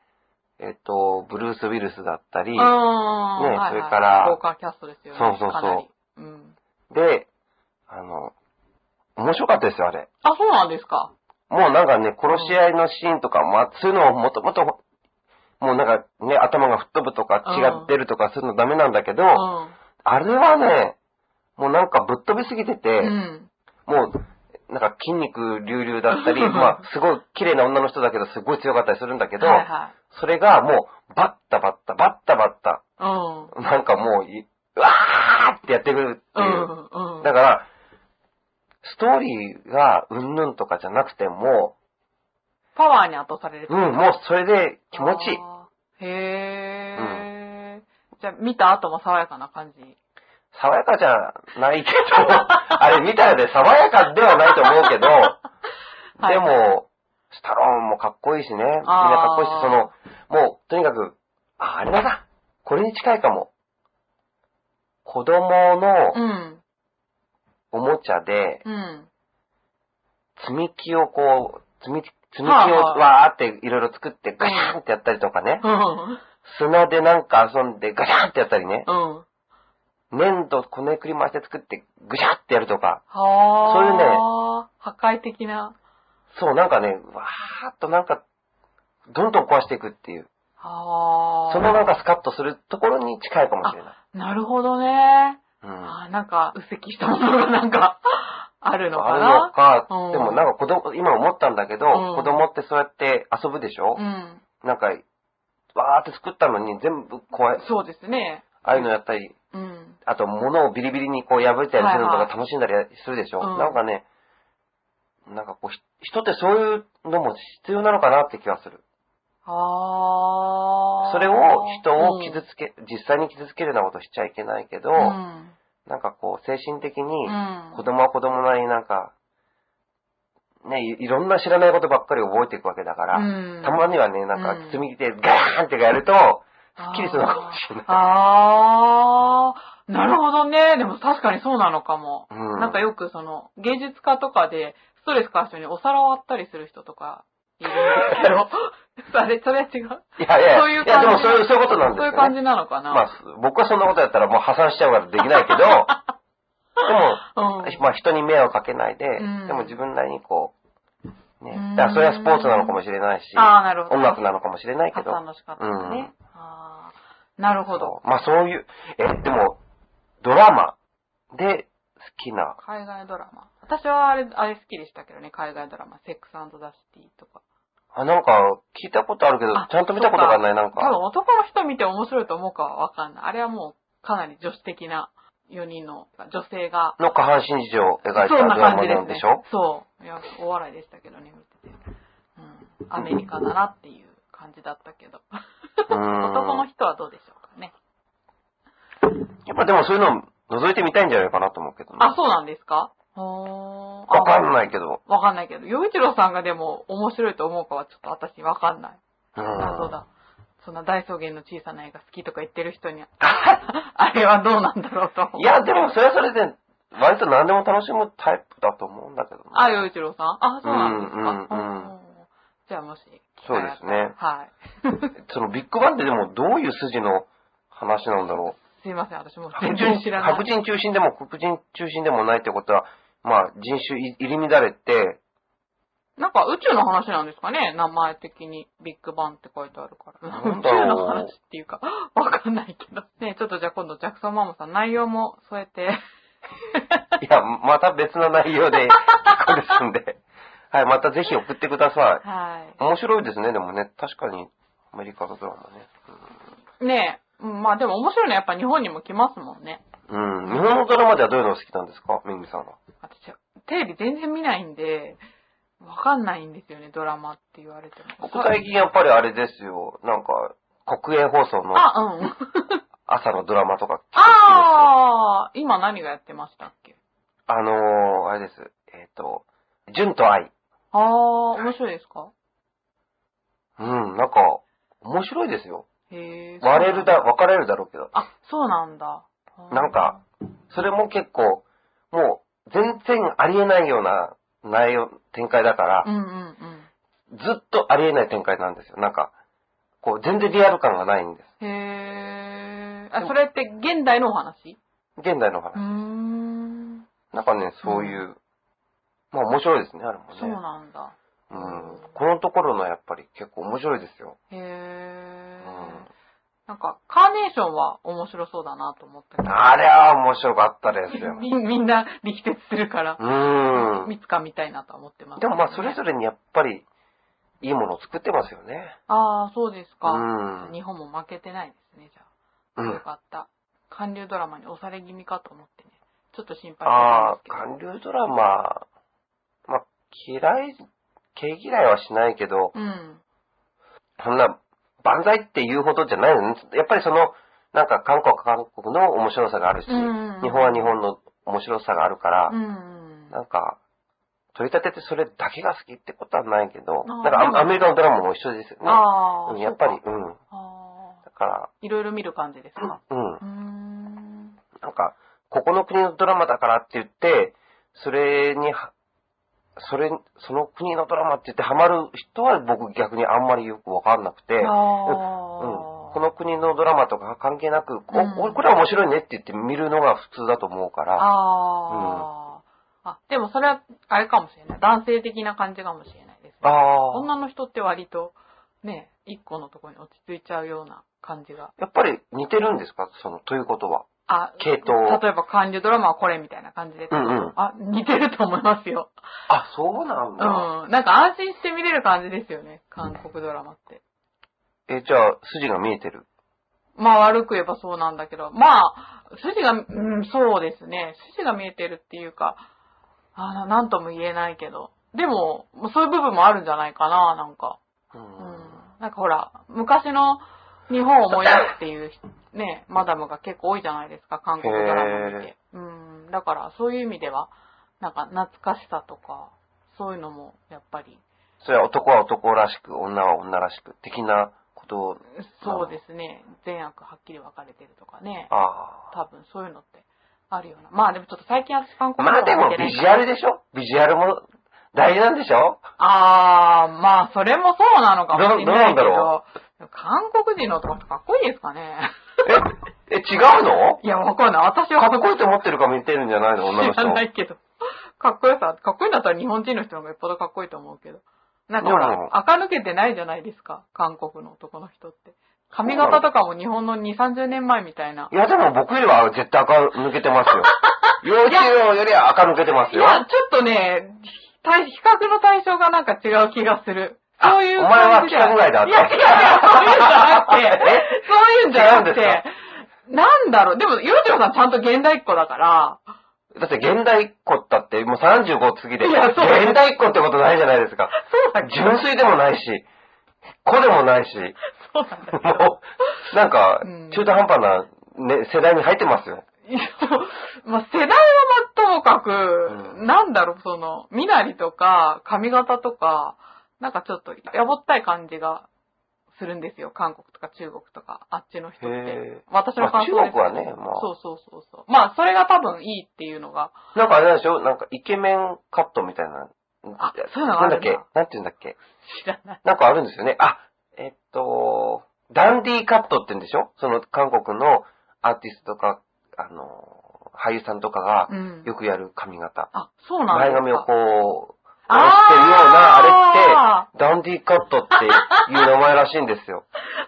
Speaker 1: えっと、ブルース・ウィルスだったり、
Speaker 2: あー
Speaker 1: ね
Speaker 2: はいはい
Speaker 1: それから
Speaker 2: 豪華キャストですよね。
Speaker 1: そうそうそう
Speaker 2: かなりうん。
Speaker 1: で、あの、面白かったですよ、あれ。
Speaker 2: あ、そうなんですか。
Speaker 1: もうなんかね、殺し合いのシーンとか、まあ、そういうのをもともと、もうなんかね、頭が吹っ飛ぶとか、
Speaker 2: うん
Speaker 1: 血が出るとか、そういうのダメなんだけど、
Speaker 2: うん。
Speaker 1: あれはね、もうなんかぶっ飛びすぎてて、
Speaker 2: うん。
Speaker 1: もう、なんか筋肉隆々だ ったり、
Speaker 2: うん
Speaker 1: まあ、すごい綺麗な女の人だけど、すごい強かったりするんだけど、
Speaker 2: はいはい。
Speaker 1: それがもう、バッタバッタ、バッタバッタ、
Speaker 2: うん。
Speaker 1: なんかもうい、うわーってやってくるって
Speaker 2: う
Speaker 1: いう。
Speaker 2: ん。うん。
Speaker 1: だから、ストーリーがうんぬんとかじゃなくても、
Speaker 2: パワーに圧倒される
Speaker 1: うん、。もうそれで気持ちいい。
Speaker 2: あー。へえ。じゃあ、見た後も爽やかな感じ。
Speaker 1: 爽やかじゃないけど、 あれ見たらで爽やかではないと思うけど、
Speaker 2: い
Speaker 1: でも、スタローンもかっこいいしね、みんなかっこいいし、その、もうとにかく、あ、あれだな、これに近いかも。子供の
Speaker 2: うん。
Speaker 1: おもちゃで、
Speaker 2: うん。
Speaker 1: 積み木をこう、積み、積み木を
Speaker 2: はあ
Speaker 1: わーっていろいろ作ってガシャンってやったりとかね。
Speaker 2: うん。
Speaker 1: 砂でなんか遊んでガシャンってやったりね、
Speaker 2: うん。
Speaker 1: 粘土こねくり回して作ってグシャってやるとか、
Speaker 2: はあ。
Speaker 1: そういうね
Speaker 2: 破壊的な。
Speaker 1: そうなんかね、わーっとなんか、どんどん壊していくっていう、
Speaker 2: はあ。
Speaker 1: そのなんかスカッとするところに近いかもしれない。
Speaker 2: なるほどね。
Speaker 1: うん
Speaker 2: あーなんか、うっせきしたものがなんか、 あるのか
Speaker 1: あるの
Speaker 2: な
Speaker 1: か、
Speaker 2: うん
Speaker 1: でもなんか子供、今思ったんだけど、
Speaker 2: うん
Speaker 1: 子供ってそうやって遊ぶでしょ、
Speaker 2: うん。
Speaker 1: なんか、わーって作ったのに全部怖い、
Speaker 2: そうですね。
Speaker 1: ああいうのやったり、
Speaker 2: うん。
Speaker 1: あと物をビリビリにこう破いたりするのと
Speaker 2: は
Speaker 1: か
Speaker 2: いはい
Speaker 1: 楽しんだりするでしょ、
Speaker 2: うん
Speaker 1: なんかね、なんかこうひ、人ってそういうのも必要なのかなって気がする。
Speaker 2: ああ。
Speaker 1: それを人を傷つけ、実際に傷つけるようなことしちゃいけないけど、
Speaker 2: うんうん。
Speaker 1: なんかこう、精神的に
Speaker 2: うん
Speaker 1: 子供は子供なりになんか、ね、いいろんな知らないことばっかり覚えていくわけだから、
Speaker 2: うん
Speaker 1: たまにはね、なん
Speaker 2: う
Speaker 1: か
Speaker 2: ん
Speaker 1: 積み木でガーンってやると、すっきりするのかもしれない。
Speaker 2: あーあー。なるほどね。でも確かにそうなのかも。
Speaker 1: うん
Speaker 2: なんかよくその、芸術家とかで、ストレス解消にお皿を割ったりする人とか、いるんですけど、 それ、それは違う。
Speaker 1: いやいや、
Speaker 2: そういう感じ
Speaker 1: やでもそういうそういうことなんです
Speaker 2: そ
Speaker 1: よ、
Speaker 2: う
Speaker 1: ね。
Speaker 2: いう感じなのかな。
Speaker 1: まあ、す僕はそんなことやったらもう破産しちゃうからでき ないけど、でも、
Speaker 2: うん。
Speaker 1: まあ人に迷惑かけないで、
Speaker 2: ん
Speaker 1: でも自分なりにこう、ね
Speaker 2: うん、
Speaker 1: だからそれはスポーツなのかもしれないし、
Speaker 2: ああ、なるほど。
Speaker 1: 音楽なのかもしれないけ
Speaker 2: 発
Speaker 1: ど、
Speaker 2: 散の仕方とか
Speaker 1: う
Speaker 2: ね
Speaker 1: ん。
Speaker 2: ああ、なるほど。
Speaker 1: そうまあそういう、え、でも、ドラマで好きな、
Speaker 2: 海外ドラマ。私はあれ、あれ好きでしたけどね、海外ドラマ。セックスダシティとか。
Speaker 1: あ、なんか聞いたことあるけど
Speaker 2: あ、
Speaker 1: ちゃんと見たことがない、なん
Speaker 2: 多分
Speaker 1: か、
Speaker 2: 男の人見て面白いと思うかはわかんない。あれはもうかなり女子的な4人の女性が。
Speaker 1: の下半身事情を描いたド
Speaker 2: そんな
Speaker 1: ラ
Speaker 2: 感
Speaker 1: マ
Speaker 2: じで
Speaker 1: な
Speaker 2: す
Speaker 1: んで
Speaker 2: ね
Speaker 1: しょ。
Speaker 2: そう。いや、お笑いでしたけどね、見てて。うん。アメリカだなっていう感じだったけど。
Speaker 1: うん
Speaker 2: 男の人はどうでしょうかね。
Speaker 1: やっぱでもそういうの覗いてみたいんじゃないかなと思うけどね。
Speaker 2: あ、そうなんですかほー。
Speaker 1: わかん
Speaker 2: い。
Speaker 1: ないけど。
Speaker 2: わかんないけど、洋一郎さんがでも面白いと思うかはちょっと私わかんない。
Speaker 1: うん
Speaker 2: 謎だ。そんな大草原の小さな絵が好きとか言ってる人に、 あれはどうなんだろうと。
Speaker 1: いや、でも、それはそれで、割と何でも楽しむタイプだと思うんだけどね
Speaker 2: あ、洋一郎さんあ、そうなんですか。
Speaker 1: うんうんうん
Speaker 2: うんじゃあもし。
Speaker 1: そうですね
Speaker 2: はい。
Speaker 1: そのビッグバンってでもどういう筋の話なんだろ
Speaker 2: すいません、私もう
Speaker 1: う。
Speaker 2: 全
Speaker 1: 白
Speaker 2: 然
Speaker 1: 人
Speaker 2: 知らない。
Speaker 1: 白人中心でも黒人中心でもないってことは、まあ人種い入り乱れて、
Speaker 2: なんか宇宙の話なんですかね名前的に。ビッグバンって書いてあるから。
Speaker 1: な
Speaker 2: 宇
Speaker 1: んだろう
Speaker 2: 宙の話っていうか、 わかんないけど。ねちょっとじゃあ今度ジャクソンママさん内容も添えて。
Speaker 1: いや、また別の内容で聞 こえですんで。はい、またぜひ送ってください。
Speaker 2: は
Speaker 1: 面白いですね、でもね。確かに、アメリカのドラマね。
Speaker 2: い。ねえ、うんまあでも面白いのはやっぱ日本にも来ますもんね。
Speaker 1: うん。日本のドラマではどういうのが好きなんですかめぐみさんは。
Speaker 2: 私、テレビ全然見ないんで、わかんないんですよね、ドラマって言われても。
Speaker 1: 僕最近やっぱりあれですよ。なんか、国営放送の
Speaker 2: あ、 うん。
Speaker 1: 朝のドラマとか結構好きですよ。
Speaker 2: ああ、今何がやってましたっけ
Speaker 1: あのー、あれです。えっ、と、純と愛。
Speaker 2: ああ、面白いですか
Speaker 1: うん、なんか、面白いですよ。
Speaker 2: へえ。
Speaker 1: 割れるだ、分かれるだろうけど。
Speaker 2: あ、そうなんだ。
Speaker 1: なんか、それも結構、もう、全然ありえないような内容、展開だから、
Speaker 2: うんうんうん。
Speaker 1: ずっとありえない展開なんですよ。なんか、こう、全然リアル感がないんです。
Speaker 2: へえ。あ、それって現代のお話
Speaker 1: 現代の
Speaker 2: うー
Speaker 1: 話。
Speaker 2: ん。
Speaker 1: なんかね、そういう、まあ面白いですね、あれもね。
Speaker 2: そうなんだ。
Speaker 1: うん。このところのやっぱり結構面白いですよ。
Speaker 2: へ
Speaker 1: うん。。
Speaker 2: えなんか、カーネーションは面白そうだなと思って
Speaker 1: あれは面白かったです よ。
Speaker 2: みみんな力説するから
Speaker 1: う、ん。
Speaker 2: いつか見たいなとは思ってます、
Speaker 1: でもまあそれぞれにやっぱり、いいものを作ってますよね。
Speaker 2: ああ、そうです
Speaker 1: う
Speaker 2: か。
Speaker 1: ん。
Speaker 2: 日本も負けてないですね、じゃ
Speaker 1: う
Speaker 2: あ。よ
Speaker 1: ん。
Speaker 2: かった。韓流ドラマに押され気味かと思ってね。ちょっと心配してたん
Speaker 1: あ
Speaker 2: で
Speaker 1: あ、
Speaker 2: すけど。
Speaker 1: 韓流ドラマ、まあ嫌い、毛嫌いはしないけど、
Speaker 2: うん。
Speaker 1: そんな、万歳って言うほどじゃないのね。やっぱりその、なんか韓国は韓国の面白さがあるし、
Speaker 2: うん
Speaker 1: 日本は日本の面白さがあるから、
Speaker 2: うん。
Speaker 1: なんか、取り立ててそれだけが好きってことはないけど、
Speaker 2: あー
Speaker 1: なんか
Speaker 2: でも
Speaker 1: アアメリカのドラマも一緒ですよね。
Speaker 2: あ
Speaker 1: うん
Speaker 2: あ。
Speaker 1: やっぱり、
Speaker 2: そ
Speaker 1: う
Speaker 2: うか。
Speaker 1: ん。
Speaker 2: ああ。
Speaker 1: だか
Speaker 2: いろいろ見る感じですか。
Speaker 1: ら、うん
Speaker 2: う。ーん。
Speaker 1: なんか、ここの国のドラマだからって言って、それには、それ、その国のドラマって言ってハマる人は僕逆にあんまりよくわかんなくて、うん
Speaker 2: ああ。
Speaker 1: この国のドラマとか関係なく、お
Speaker 2: うん
Speaker 1: おこれは面白いねって言って見るのが普通だと思うから、
Speaker 2: ああ。あ、でもそれは、あれかもしれない。男性的な感じかもしれないですね。
Speaker 1: ああ、
Speaker 2: 女の人って割と、ね、一個のところに落ち着いちゃうような感じが。
Speaker 1: やっぱり似てるんですかその、ということは。
Speaker 2: あ、
Speaker 1: 系統
Speaker 2: 例えば韓流ドラマはこれみたいな感じで。
Speaker 1: うんうん。
Speaker 2: あ、似てると思いますよ。
Speaker 1: あ、そうなん
Speaker 2: う
Speaker 1: だ。
Speaker 2: ん。なんか安心して見れる感じですよね。韓国ドラマって。
Speaker 1: え、じゃあ、筋が見えてる。
Speaker 2: まあ悪く言えばそうなんだけど、まあ、筋が、うん、そうですね。筋が見えてるっていうか、あの、なんとも言えないけど。でも、そういう部分もあるんじゃないかな、なんか。
Speaker 1: う
Speaker 2: うんん。なんかほら、昔の日本を思い出すっていう人ね、マダムが結構多いじゃないですか、韓国ドラマ見
Speaker 1: へ
Speaker 2: て。うん。だから、そういう意味では、なんか懐かしさとか、そういうのも、やっぱり、
Speaker 1: それは男は男らしく、女は女らしく、的なことを、
Speaker 2: そうですね、善悪はっきり分かれてるとかね。
Speaker 1: ああ。
Speaker 2: 多分そういうのってあるような。まあでもちょっと最近私韓国
Speaker 1: まあでも
Speaker 2: 見、てな
Speaker 1: ビ
Speaker 2: い
Speaker 1: ジュアルでしょビジュアルも大事なんでしょ
Speaker 2: あー、まあそれもそうなのかもしれな
Speaker 1: なな
Speaker 2: いけど、韓国人の男ってかっこいいですかね。
Speaker 1: え、え、違うの
Speaker 2: いや、わかんない。私は
Speaker 1: かっこいいと思ってるか見てるんじゃないの女の
Speaker 2: 知
Speaker 1: 人。
Speaker 2: らないけど。かっこよさ、かっこいいんだったら日本人の人の方がよっぽどかっこいいと思うけど。なんかほ
Speaker 1: でも
Speaker 2: ら、垢抜けてないじゃないですか。韓国の男の人って。髪型とかも日本の2、30年前みたいな。
Speaker 1: いや、でも僕よりは絶対赤抜けてますよ。 幼稚園よりは赤抜けてます
Speaker 2: い
Speaker 1: よ。
Speaker 2: や、ちょっとね、対比較の対象がなんか違う気がする。
Speaker 1: あ
Speaker 2: そういう
Speaker 1: お前は
Speaker 2: 感じでは
Speaker 1: 規格外だって
Speaker 2: いや、違う違う、そういうんじゃなくて、そういうんじゃなくて、なんだろう、でも、洋次郎さんちゃんと現代っ子だから、
Speaker 1: だって現代っ子ったって、もう35過ぎで、
Speaker 2: いやそう
Speaker 1: 現代っ子ってことないじゃないですか。
Speaker 2: そうだけど、
Speaker 1: 純粋でもないし、子でもないし、
Speaker 2: そうなんだけど。
Speaker 1: もう、なんか
Speaker 2: うん、
Speaker 1: 中途半端な、ね、世代に入ってますよ。
Speaker 2: いや まあ、世代はまあともかく、
Speaker 1: うん
Speaker 2: なんだろう、その、身なりとか、髪型とか、なんかちょっと、やぼったい感じがするんですよ。韓国とか中国とか、あっちの人っ
Speaker 1: へ
Speaker 2: て
Speaker 1: え。
Speaker 2: 私の感想ですけど
Speaker 1: まあ中国はねまあ
Speaker 2: そうそうそうそう。まあ、それが多分いいっていうのが、
Speaker 1: なんかあれなんでしょなんかイケメンカットみたいな
Speaker 2: あそういうのが
Speaker 1: な
Speaker 2: あ
Speaker 1: んだっ
Speaker 2: るんだ
Speaker 1: けなんて言うんだっけ
Speaker 2: 知らない。
Speaker 1: なんかあるんですよね。あ、えっと、ダンディーカットって言うんでしょその韓国のアーティストとか、あの、俳優さんとかが
Speaker 2: うん。
Speaker 1: よくやる髪型。
Speaker 2: あ、そうなん
Speaker 1: 前
Speaker 2: ですか。
Speaker 1: 髪をこう、下ろしてるようなあ
Speaker 2: あ
Speaker 1: れって、ダンディーカットっていう名前らしいんですよ。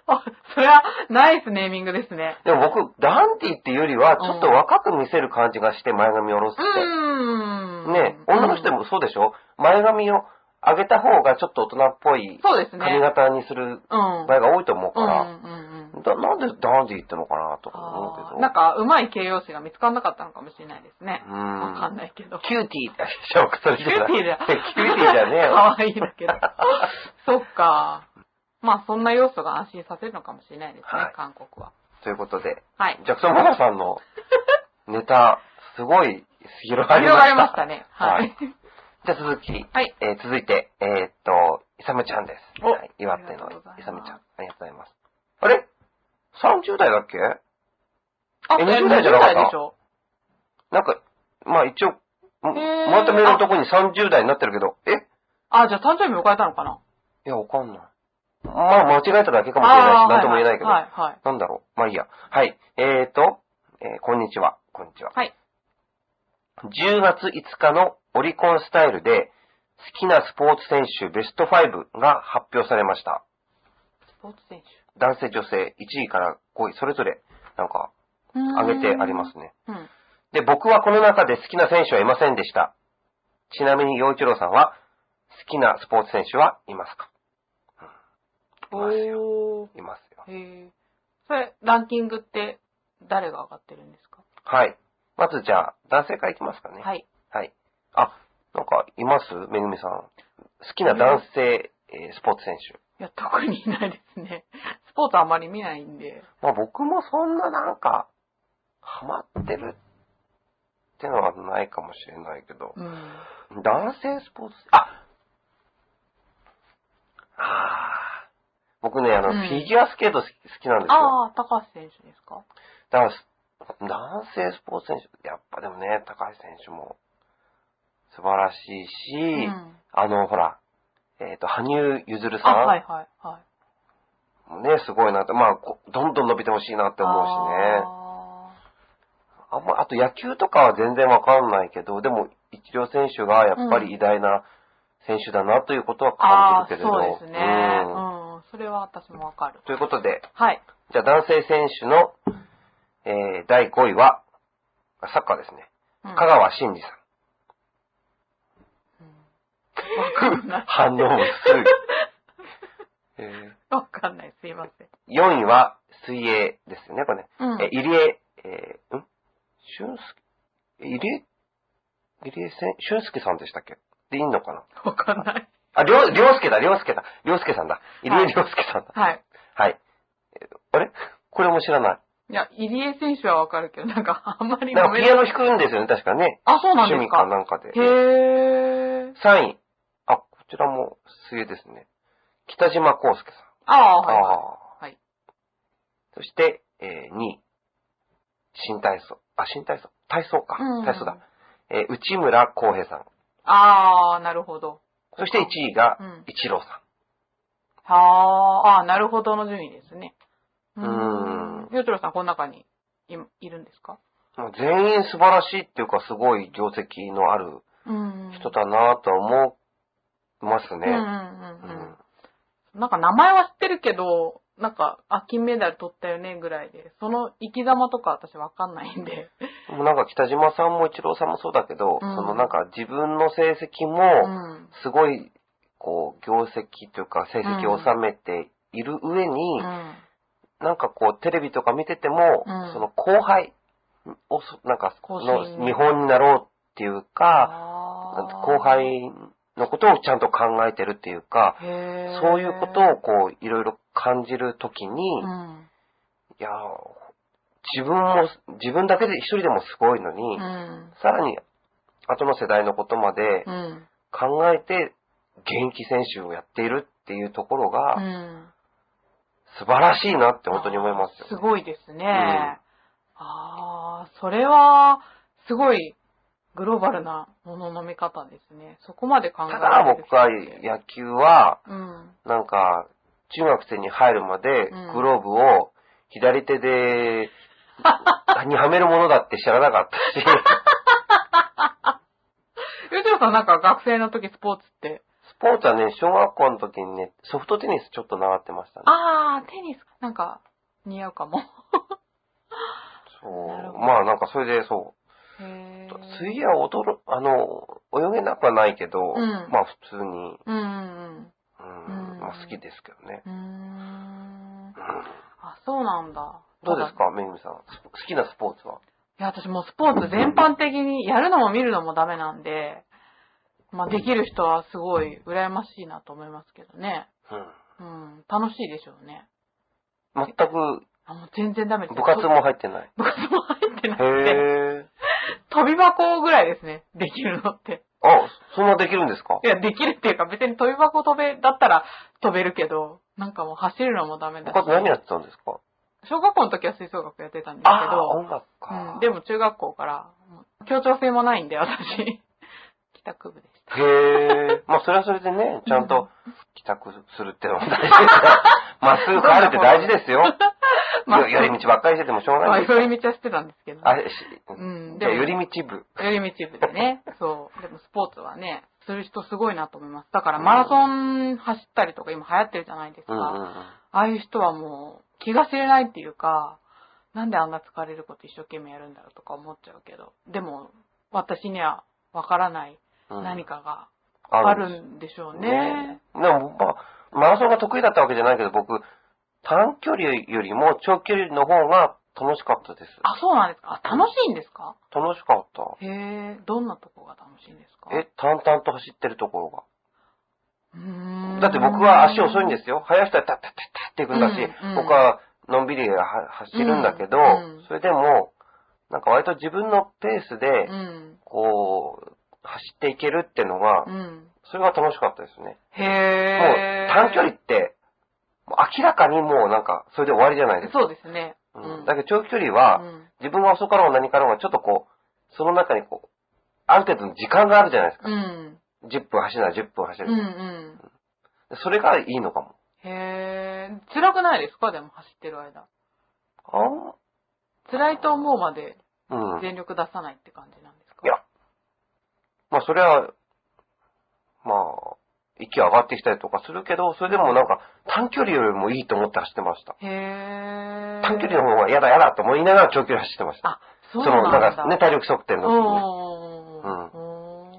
Speaker 2: あ それは、ナイスネーミングですね。
Speaker 1: でも僕、ダンディーっていうよりは、ちょっと若く見せる感じがして前髪を下ろすっ
Speaker 2: う
Speaker 1: て。
Speaker 2: ーん。
Speaker 1: ね、女の人でもそうでしょ前髪を上げた方がちょっと大人っぽい
Speaker 2: そうですね。
Speaker 1: 髪型にする
Speaker 2: うん。
Speaker 1: 場合が多いと思う
Speaker 2: う
Speaker 1: か
Speaker 2: ん
Speaker 1: ら、
Speaker 2: うんうん。
Speaker 1: だなんでダンディーってのかなとか思う
Speaker 2: あ
Speaker 1: け
Speaker 2: ー
Speaker 1: ど。
Speaker 2: なんか、うまい形容詞が見つからなかったのかもしれないですね。わか
Speaker 1: うん
Speaker 2: ないけど。
Speaker 1: ん。キューティーって、じゃあそれ
Speaker 2: キ
Speaker 1: じ
Speaker 2: ュ
Speaker 1: ゃない
Speaker 2: ーティーだ。
Speaker 1: キューティーじゃねえよ。
Speaker 2: 可愛いだけど。そっか。まあ、そんな要素が安心させるのかもしれないですね、
Speaker 1: はい
Speaker 2: 韓国は。
Speaker 1: ということで、
Speaker 2: はい。
Speaker 1: ジャクソン・ママさんのネタ、すごい広がりました。
Speaker 2: 広がりましたね。は
Speaker 1: はいい。じゃあ続き、
Speaker 2: はい
Speaker 1: えー続いて、えーっと、イサムちゃんです。
Speaker 2: お
Speaker 1: はい、岩手の
Speaker 2: ありがとうございます
Speaker 1: イサムちゃん。ありがとうございます。あれ ?30 代だっけ
Speaker 2: あ
Speaker 1: NG 代じゃなかった
Speaker 2: 代でしょ。
Speaker 1: なんか、まあ一応、も
Speaker 2: ー
Speaker 1: まとめのとこに30代になってるけど、え
Speaker 2: あ、じゃあ誕生日迎えたのかない
Speaker 1: や、わかんない。まあ間違えただけかもしれないし、なんとも言えないけど。
Speaker 2: はい、はい。
Speaker 1: なんだろう。まあいいや。はい。えーと、えーこんにちは。こんにちは。
Speaker 2: はい。
Speaker 1: 10月5日のオリコンスタイルで、好きなスポーツ選手ベスト5が発表されました。
Speaker 2: スポーツ選手。
Speaker 1: 男性、女性、1位から5位、それぞれ、なんか、挙げてありますね。
Speaker 2: うん。
Speaker 1: で、僕はこの中で好きな選手はいませんでした。ちなみに、陽一郎さんは、好きなスポーツ選手はいますかいますよ。
Speaker 2: おー。
Speaker 1: いますよ。
Speaker 2: へーそれ、ランキングって誰が上がってるんですか
Speaker 1: はい。まず、じゃあ、男性からいきますかね。
Speaker 2: はい。
Speaker 1: はい。あ、なんか、いますめぐみさん。好きな男性、えースポーツ選手。
Speaker 2: いや、特にいないですね。 スポーツあまり見ないんで。
Speaker 1: まあ僕もそんななんか、ハマってるってのはないかもしれないけど。
Speaker 2: うん。
Speaker 1: 男性スポーツ、ああー僕ね、あの、
Speaker 2: うん
Speaker 1: フィギュアスケート好き好きなんですよ。
Speaker 2: ああ、高橋選手ですか
Speaker 1: だからす、男性スポーツ選手、やっぱでもね、高橋選手も素晴らしいし、
Speaker 2: うん。
Speaker 1: あの、ほら、えっ、と、羽生結弦さ
Speaker 2: あ、
Speaker 1: ん。
Speaker 2: はいはいはい。
Speaker 1: ね、すごいなって、まあ、こどんどん伸びてほしいなって思うしね。あんま、あと野球とかは全然わかんないけど、でも、一両選手がやっぱり偉大な選手だなということは
Speaker 2: あーあ
Speaker 1: 感じるけれ
Speaker 2: ー、
Speaker 1: ど。
Speaker 2: そうですね。
Speaker 1: うん
Speaker 2: うん。それは私もわかる。
Speaker 1: ということで、
Speaker 2: はい。
Speaker 1: じゃあ男性選手の、えー、第5位は、サッカーですね。
Speaker 2: うん
Speaker 1: 香川真司さん。
Speaker 2: うんわかんない。
Speaker 1: 反応もすぐ。え
Speaker 2: わかんない。すいませ
Speaker 1: ー、
Speaker 2: ん。
Speaker 1: 4位は、水泳ですよね、これね。
Speaker 2: うん。
Speaker 1: えー、入江、えー、ん俊介、入江、入江せん俊介さんでしたっけでいいのかな
Speaker 2: わかんない。
Speaker 1: あ、りょう、りょうすけだ、りょうすけだ、りょうすけさんだ。入
Speaker 2: は
Speaker 1: 江
Speaker 2: い
Speaker 1: りょうすけさんだ。
Speaker 2: はい。
Speaker 1: はい。えーあれこれも知らない
Speaker 2: や、入江選手はわかるけど、なんか、あんま
Speaker 1: い。
Speaker 2: り
Speaker 1: なん
Speaker 2: ご
Speaker 1: か
Speaker 2: め
Speaker 1: ピ
Speaker 2: んな
Speaker 1: ア
Speaker 2: さい。
Speaker 1: ノ弾くんですよね、確かね。
Speaker 2: あ、そうなん
Speaker 1: 趣
Speaker 2: です
Speaker 1: 味か
Speaker 2: か。
Speaker 1: なんかで。
Speaker 2: へー。
Speaker 1: 3位。あ、こちらも水泳ですね。北島康介さん。
Speaker 2: ああ
Speaker 1: あ
Speaker 2: ー、はいは
Speaker 1: あ
Speaker 2: い。
Speaker 1: ー。
Speaker 2: はい
Speaker 1: そして、えー、2位。新体操。あ、新体操。体操か。
Speaker 2: うん
Speaker 1: 体操だ。えー内村航平さん。
Speaker 2: ああ、なるほど。
Speaker 1: そして1位が
Speaker 2: うん、
Speaker 1: イチローさ
Speaker 2: はあ、ああ、なるほどの順位ですね。う
Speaker 1: うん
Speaker 2: よちろさん、この中にいいるんですか
Speaker 1: ん。もう全員素晴らしいっていうか、すごい業績のある
Speaker 2: うん
Speaker 1: 人だなぁとは思います
Speaker 2: うんう
Speaker 1: ね。
Speaker 2: ん
Speaker 1: う
Speaker 2: うんうん
Speaker 1: ん。。
Speaker 2: なんか名前は知ってるけど、なんか、あ、金メダル取ったよね、ぐらいで、その生き様とか私わかんないんで。
Speaker 1: でもなんか北島さんもイチローさんもそうだけど、
Speaker 2: うん
Speaker 1: そのなんか自分の成績
Speaker 2: う
Speaker 1: も、
Speaker 2: ん。
Speaker 1: すごい、こう、業績というか成績を収めている上
Speaker 2: う
Speaker 1: に、
Speaker 2: ん。
Speaker 1: なんかこう、テレビとか見てても、
Speaker 2: うん
Speaker 1: その後輩をそ、なんか、
Speaker 2: 後進
Speaker 1: の見本になろうっていうか、なんか
Speaker 2: あ
Speaker 1: 後。輩のことをちゃんと考えてるっていうか、
Speaker 2: へー
Speaker 1: そういうことをこう、いろいろ感じるときに、
Speaker 2: う
Speaker 1: い
Speaker 2: ん。
Speaker 1: やー、自分も、自分だけで一人でもすごいのに、
Speaker 2: うん。
Speaker 1: さらに、後の世代のことまで
Speaker 2: うん。
Speaker 1: 考えて、現役選手をやっているっていうところ
Speaker 2: う
Speaker 1: が、
Speaker 2: ん。
Speaker 1: 素晴らしいなって本当に思いますよ、
Speaker 2: すごいですね。
Speaker 1: ん
Speaker 2: ああ、それは、すごい、グローバルなものの見方ですね。そこまで考え
Speaker 1: ただ
Speaker 2: られてき
Speaker 1: 僕は
Speaker 2: て
Speaker 1: 野球は、
Speaker 2: うん。
Speaker 1: なんか、中学生に入るまで
Speaker 2: うん、
Speaker 1: グローブを左手で、にはめるものだって知らなかった し、
Speaker 2: ゆうちょうさんなんか学生の時スポーツって、
Speaker 1: スポーツはね、小学校の時にね、ソフトテニスちょっと習ってましたね。
Speaker 2: あー、テニス、なんか似合う かも。
Speaker 1: そう
Speaker 2: なるほ。ど
Speaker 1: まあなんかそれでそう、
Speaker 2: へー
Speaker 1: 水泳は踊る、あの、泳げなくはないけど、
Speaker 2: うん
Speaker 1: まあ普通に、
Speaker 2: うんうん
Speaker 1: うん
Speaker 2: うん
Speaker 1: まあ好きですけどね。
Speaker 2: うん。うーん。
Speaker 1: うん
Speaker 2: あ、そうなんだ。
Speaker 1: どうですか、めぐみさん。スポ好きなスポーツはい
Speaker 2: や、私もうスポーツ全般的にやるのも見るのもダメなんで、まあできる人はすごい羨ましいなと思いますけどね。うん、楽しいでしょうね。
Speaker 1: うん。全く
Speaker 2: あもう全然ダメです
Speaker 1: 部活。も入ってない。
Speaker 2: 部活も入ってなくて、
Speaker 1: へえ。
Speaker 2: 飛び箱ぐらいですね、できるのって。
Speaker 1: あ、そんなできるんですか
Speaker 2: いや、できるっていうか別に飛び箱飛べ、だったら飛べるけど、なんかもう走るのもダメだ
Speaker 1: 部
Speaker 2: し。
Speaker 1: 活何やってたんですか
Speaker 2: 小学校の時は吹奏楽やってたんですけ
Speaker 1: あ
Speaker 2: ど
Speaker 1: あ、、音楽か。
Speaker 2: うん、でも中学校から、もう協調性もないんで、私。帰宅部でした。
Speaker 1: へえ。まあそれはそれでね、ちゃんと帰宅するってのも大事です から。まっすぐ帰るって大事ですよ。よ寄り道ばっかりしててもしょうが
Speaker 2: ま
Speaker 1: な
Speaker 2: あ、
Speaker 1: いですよ
Speaker 2: 寄り道はしてたんですけど、
Speaker 1: あれ、し
Speaker 2: うん
Speaker 1: じゃあ
Speaker 2: でも
Speaker 1: 寄り道部。
Speaker 2: 寄り道部でね。そう。でもスポーツはね、する人すごいなと思います。だからマラソン走ったりとか今流行ってるじゃないですか。
Speaker 1: うんうんう
Speaker 2: あ
Speaker 1: ん。
Speaker 2: あいう人はもう気が知れないっていうか、なんであんな疲れること一生懸命やるんだろうとか思っちゃうけど。でも、私にはわからない
Speaker 1: うん
Speaker 2: 何かがあ
Speaker 1: あるんで
Speaker 2: るんでしょう
Speaker 1: す
Speaker 2: ね。
Speaker 1: でも、まあ、マラソンが得意だったわけじゃないけど、僕、短距離よりも長距離の方が楽しかったです。
Speaker 2: あ、そうなんですか。あ、楽しいんですか
Speaker 1: 楽しかった。
Speaker 2: へえ、どんなとこが楽しいんですか
Speaker 1: え、淡々と走ってるところが。
Speaker 2: うーん
Speaker 1: だって僕は足遅いんですよ。速い人はタッタッタッタッっていくんだし、
Speaker 2: うんうん
Speaker 1: 僕はのんびりは走るんだけど、
Speaker 2: うんうん
Speaker 1: それでも、なんか割と自分のペースで、
Speaker 2: うん。
Speaker 1: こう、走っていけるってのが
Speaker 2: う、ん。
Speaker 1: それが楽しかったですね。
Speaker 2: へ
Speaker 1: もう
Speaker 2: え。
Speaker 1: 短距離って、もう明らかにもうなんか、それで終わりじゃないですか。
Speaker 2: そうですね。
Speaker 1: うん
Speaker 2: うん
Speaker 1: だけど長距離は、自分が遅かろうが何かろうが、ちょっとこう、その中にこう、ある程度の時間があるじゃないですか。
Speaker 2: うん。うん。
Speaker 1: 10分走るなら10分走
Speaker 2: う
Speaker 1: る。
Speaker 2: んうん。
Speaker 1: それがいいのかも。
Speaker 2: へえ。辛くないですかでも走ってる間。
Speaker 1: あん
Speaker 2: 辛いと思うまで
Speaker 1: うん。
Speaker 2: 全力出さないって感じなんですか
Speaker 1: いやまあ、それは、まあ、息上がってきたりとかするけど、それでもなんか、短距離よりもいいと思って走ってました。
Speaker 2: へえ。
Speaker 1: 短距離の方が嫌だ嫌だと思いながら長距離走ってました。
Speaker 2: あ、そう
Speaker 1: の、
Speaker 2: なんだ。
Speaker 1: なんかね、体力測定の時にね
Speaker 2: う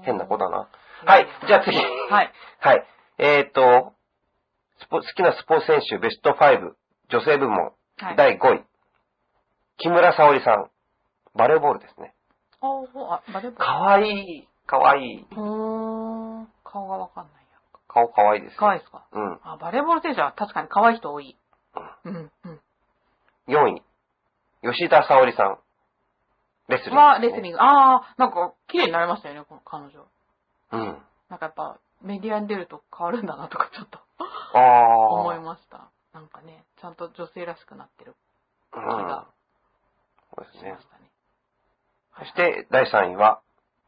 Speaker 2: ん。
Speaker 1: 変な子だな。
Speaker 2: うん。
Speaker 1: はい、じゃあ次。
Speaker 2: はい。
Speaker 1: はい。えっ、と、スポ好きなスポーツ選手ベスト5、女性部門、
Speaker 2: はい。
Speaker 1: 第5位。木村沙織さん。バレーボールですね。
Speaker 2: おーおーあ、バレーボール
Speaker 1: かわいい。かわいい。
Speaker 2: おー顔がわかんないや。
Speaker 1: 顔かわいいです。
Speaker 2: 可愛いですか
Speaker 1: うん。
Speaker 2: あ、バレーボール選手は確かに可愛い人多い。うん、うん。
Speaker 1: 4位。吉田沙織さん。レスリング、
Speaker 2: は、レスリン
Speaker 1: グ。
Speaker 2: グ。ああ、なんか、綺麗になりましたよね、この彼女。
Speaker 1: うん。
Speaker 2: なんかやっぱ、メディアに出ると変わるんだなとか、ちょっと
Speaker 1: ああ。
Speaker 2: 思いました。なんかね、ちゃんと女性らしくなってる
Speaker 1: う
Speaker 2: 気
Speaker 1: ん。
Speaker 2: が
Speaker 1: そうで
Speaker 2: し
Speaker 1: すね
Speaker 2: ま。したね。
Speaker 1: そして、第3位は、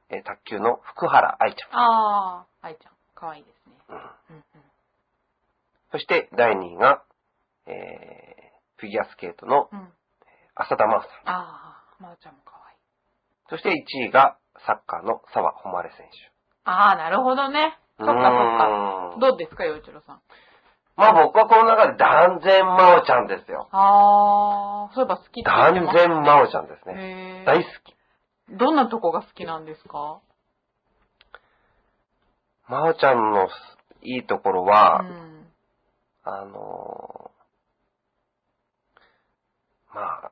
Speaker 1: えー卓球の福原愛ちゃん。
Speaker 2: ああ、愛ちゃん、可愛いですね。
Speaker 1: うん
Speaker 2: うんうん。
Speaker 1: そして、第2位が、えー、フィギュアスケートの
Speaker 2: うん、
Speaker 1: 浅田真央さん。
Speaker 2: ああ、まーちゃんも可愛い。
Speaker 1: そして1位が、サッカーの澤穂希選手。
Speaker 2: ああ、なるほどね。そっかそっか。
Speaker 1: うーん
Speaker 2: どうですか、洋一郎さん。
Speaker 1: まあ僕はこの中で断然真央ちゃんですよ。
Speaker 2: ああ、そういえば好きって言っ
Speaker 1: 断
Speaker 2: てまし
Speaker 1: 然
Speaker 2: た
Speaker 1: 真央ちゃんですね。
Speaker 2: へ
Speaker 1: 大
Speaker 2: え。
Speaker 1: 好き。
Speaker 2: どんなとこが好きなんですか
Speaker 1: 真央ちゃんのいいところ
Speaker 2: う
Speaker 1: は、
Speaker 2: ん。
Speaker 1: あのーまあ、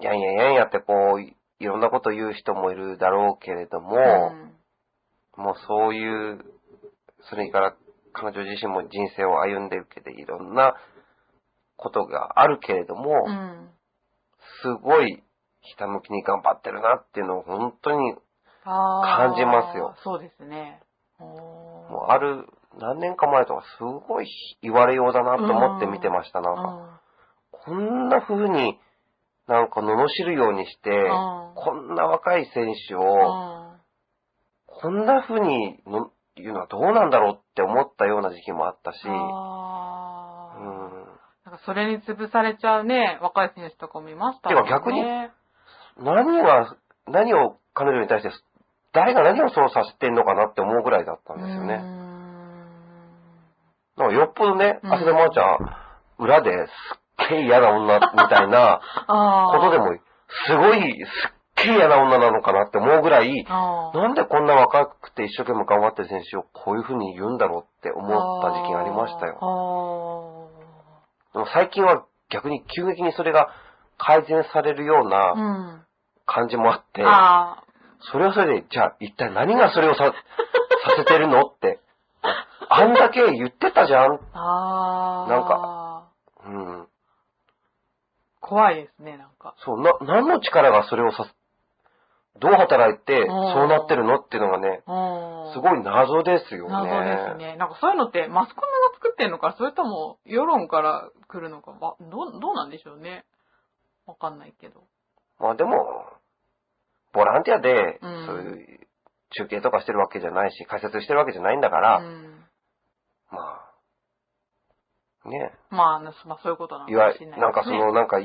Speaker 1: やんやんやんやってこう、いいろんなこと言う人もいるだろうけれども、
Speaker 2: ん
Speaker 1: もうそういう、それから彼女自身も人生を歩んでいるけど、いろんなことがあるけれども、
Speaker 2: うん。
Speaker 1: すごい、ひたむきに頑張ってるなっていうのを本当に、
Speaker 2: あー
Speaker 1: 感じますよ。
Speaker 2: そうですね。おー
Speaker 1: もうある、何年か前とかすごい言われようだなと思って見てました。なんか、こんな風になんか罵るようにして、
Speaker 2: うんうん
Speaker 1: こんな若い選手
Speaker 2: うん
Speaker 1: を、そんな風にの言うのはどうなんだろうって思ったような時期もあったし、
Speaker 2: あ
Speaker 1: う
Speaker 2: ー
Speaker 1: ん。
Speaker 2: なんかそれに潰されちゃうね、若い選手とかもいましたもんね。
Speaker 1: てか逆に何が、何を彼女に対して、誰が何をそうさせてんのかなって思うぐらいだったんですよ
Speaker 2: うー
Speaker 1: ね。
Speaker 2: ん
Speaker 1: なんかよっぽどね、
Speaker 2: うん
Speaker 1: 浅田真央ちゃん、裏ですっげえ嫌な女みたいな
Speaker 2: あ
Speaker 1: ことで
Speaker 2: も、
Speaker 1: も、すごい、すっげえ嫌な女なのかなって思うぐらい、
Speaker 2: あー
Speaker 1: なんでこんな若くて一生懸命頑張ってる選手をこういう風に言うんだろうって思った時期がありましたよ。
Speaker 2: よ。
Speaker 1: でも最近は逆に急激にそれが改善されるよう
Speaker 2: あーう。
Speaker 1: なん感じもあって、
Speaker 2: あ
Speaker 1: それはそれで、じゃあ一体何がそれを さ、させてるのって。あんだけ言ってたじゃん。
Speaker 2: ーあー。
Speaker 1: なんか。うん。
Speaker 2: 怖いですね、なんか。
Speaker 1: そう、な、何の力がそれをさ、どう働いて、そうなってるのっていうのがね、す
Speaker 2: す
Speaker 1: ごい謎ですよね。
Speaker 2: 謎ですね。なんかそういうのってマスコミが作ってんのか、それとも世論から来るのか、わどうどうなんでしょうね。わかんないけど。
Speaker 1: まあでも、ボランティアで、そう
Speaker 2: うん
Speaker 1: いう中継とかしてるわけじゃないし、解説してるわけじゃないんだから、
Speaker 2: うん、
Speaker 1: まあ、ね、
Speaker 2: まあ、なまあ、そういうことなの
Speaker 1: いわ
Speaker 2: かもし
Speaker 1: ゆ
Speaker 2: れ
Speaker 1: る
Speaker 2: ないですね。
Speaker 1: なんかその、なんか、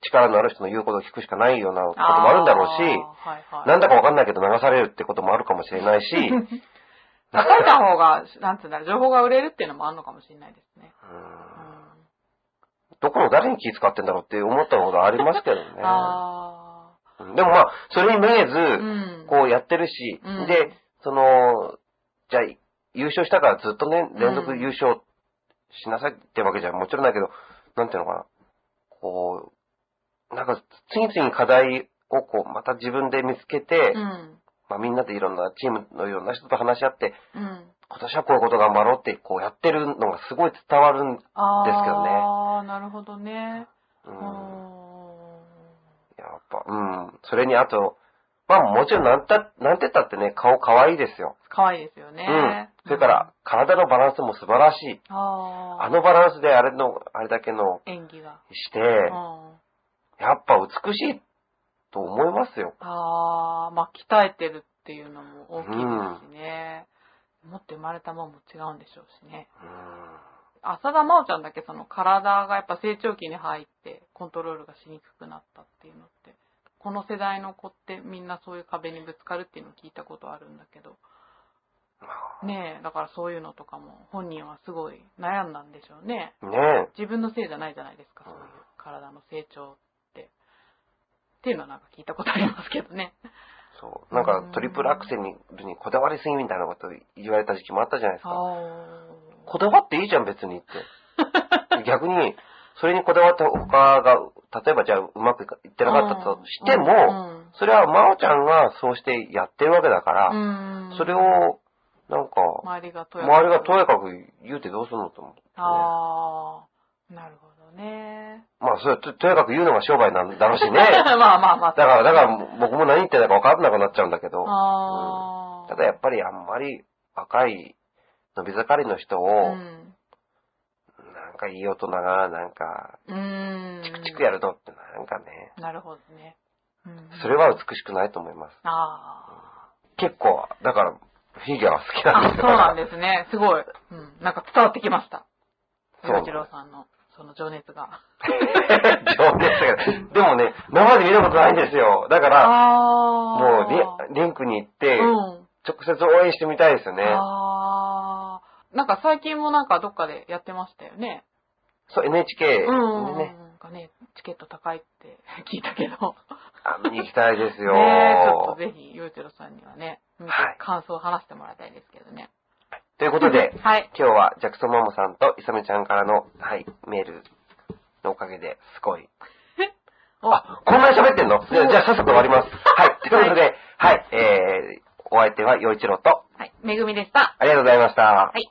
Speaker 1: 力のある人の言うことを聞くしかないようなこともあるんだろうし、
Speaker 2: あーはいはい、
Speaker 1: なんだかわかんないけど流されるってこともあるかもしれないし、 うん
Speaker 2: 叩いた方が、なんつうんだろう、情報が売れるっていうのもあるのかもしれないですね。うん
Speaker 1: どこの誰に気使ってんだろうって思ったことありますけどね。
Speaker 2: あ
Speaker 1: でもまあ、それにめげ
Speaker 2: あ。う
Speaker 1: ず、
Speaker 2: ん。
Speaker 1: こうやってるし、
Speaker 2: うん
Speaker 1: で、その、じゃあ、優勝したからずっとね、連
Speaker 2: う
Speaker 1: 続
Speaker 2: ん
Speaker 1: 優勝しなさいってわけじゃもちろんないけど、なんていうのかな、こう、なんか、次々課題をこう、また自分で見つけて、
Speaker 2: うん。
Speaker 1: まあみんなでいろんなチームのいろんな人と話し合って、
Speaker 2: うん。
Speaker 1: 今年はこういうこと頑張ろうって、こうやってるのがすごい伝わるん、うん。
Speaker 2: ああ。
Speaker 1: ですけどね
Speaker 2: ああ、なるほどね。うん。
Speaker 1: やっぱ、うん。それにあと、まあもちろんなんた、なんてったってね、顔可愛いですよ。
Speaker 2: 可愛いですよね。
Speaker 1: うん。それから、体のバランスも素晴らしい。
Speaker 2: うん、ああ。
Speaker 1: あのバランスであれの、あれだけの
Speaker 2: 演技が。
Speaker 1: して、
Speaker 2: うん。
Speaker 1: やっぱ美しいと思いますよ。
Speaker 2: ああ、まあ、鍛えてるっていうのも大きいですしね。持って生まれたもんも違うんでしょうしね。
Speaker 1: うん。
Speaker 2: 浅田真央ちゃんだけその体がやっぱ成長期に入ってコントロールがしにくくなったっていうのって、この世代の子ってみんなそういう壁にぶつかるっていうのを聞いたことあるんだけど、ねえ、だからそういうのとかも本人はすごい悩んだんでしょうね。
Speaker 1: ね
Speaker 2: 自分のせいじゃないじゃないですか、そういう体の成長って。っていうのはなんか聞いたことありますけどね。
Speaker 1: え。そう。なんかトリプルアクセルにルにこだわりすぎみたいなこと言われた時期もあったじゃないですか。
Speaker 2: あ
Speaker 1: こだわっていいじゃん、別 にって。逆に、それにこだわって他が、例えばじゃあうまくいってなかったとしても、それは真央ちゃんがそうしてやってるわけだから、それ、を、なんか、
Speaker 2: 周りがとやかく
Speaker 1: 周りがとやかく言うてどうすんのと思って、ね。
Speaker 2: ああ、なるほどね。
Speaker 1: まあ、それはととやかく言うのが商売なんだろうしね。だ
Speaker 2: まあまあまあ。
Speaker 1: から、だから僕も何言ってたか分かんなくなっちゃうんだけど、
Speaker 2: ああ。
Speaker 1: ただやっぱりあんまり若い伸び盛りの人を、
Speaker 2: うん。
Speaker 1: なんかいい大人が、なんか、
Speaker 2: うん。チ
Speaker 1: チクやるのってなんかね、
Speaker 2: なるほどね。うん
Speaker 1: それは美しくないと思います。
Speaker 2: あ
Speaker 1: 結構、だから、フィギュアは好き
Speaker 2: あ。
Speaker 1: なん
Speaker 2: あ、
Speaker 1: です
Speaker 2: そう
Speaker 1: よ。
Speaker 2: なんですね。すごい。うん。なんか伝わってきました。
Speaker 1: そう
Speaker 2: 洋一郎さんの、その情熱が。
Speaker 1: 情熱がでもね、生で見たことないんですよ。だから、
Speaker 2: あ
Speaker 1: もう
Speaker 2: リ
Speaker 1: リ、リンクに行って、
Speaker 2: うん。
Speaker 1: 直接応援してみたいですよね。
Speaker 2: ああ。なんか最近もなんかどっかでやってましたよね。
Speaker 1: そう、NHK
Speaker 2: う
Speaker 1: ね、
Speaker 2: んうん。なんかね、チケット高いって 聞いたけど。
Speaker 1: あ見に行きたいですよ。
Speaker 2: ねえちょっとぜひ、洋一郎さんにはね、見て
Speaker 1: はい
Speaker 2: 感想を話してもらいたいですけどね。
Speaker 1: ということで、
Speaker 2: はい。
Speaker 1: 今日はジャクソンママさんとイサメちゃんからの、はい、メールのおかげですごい。
Speaker 2: お
Speaker 1: あ、こんなに喋ってんのじゃあじゃあ早速終わります。 はい、ということで、はい、えー、お相手は陽一郎と、
Speaker 2: はい。めぐみでした。
Speaker 1: ありがとうございました。
Speaker 2: はい。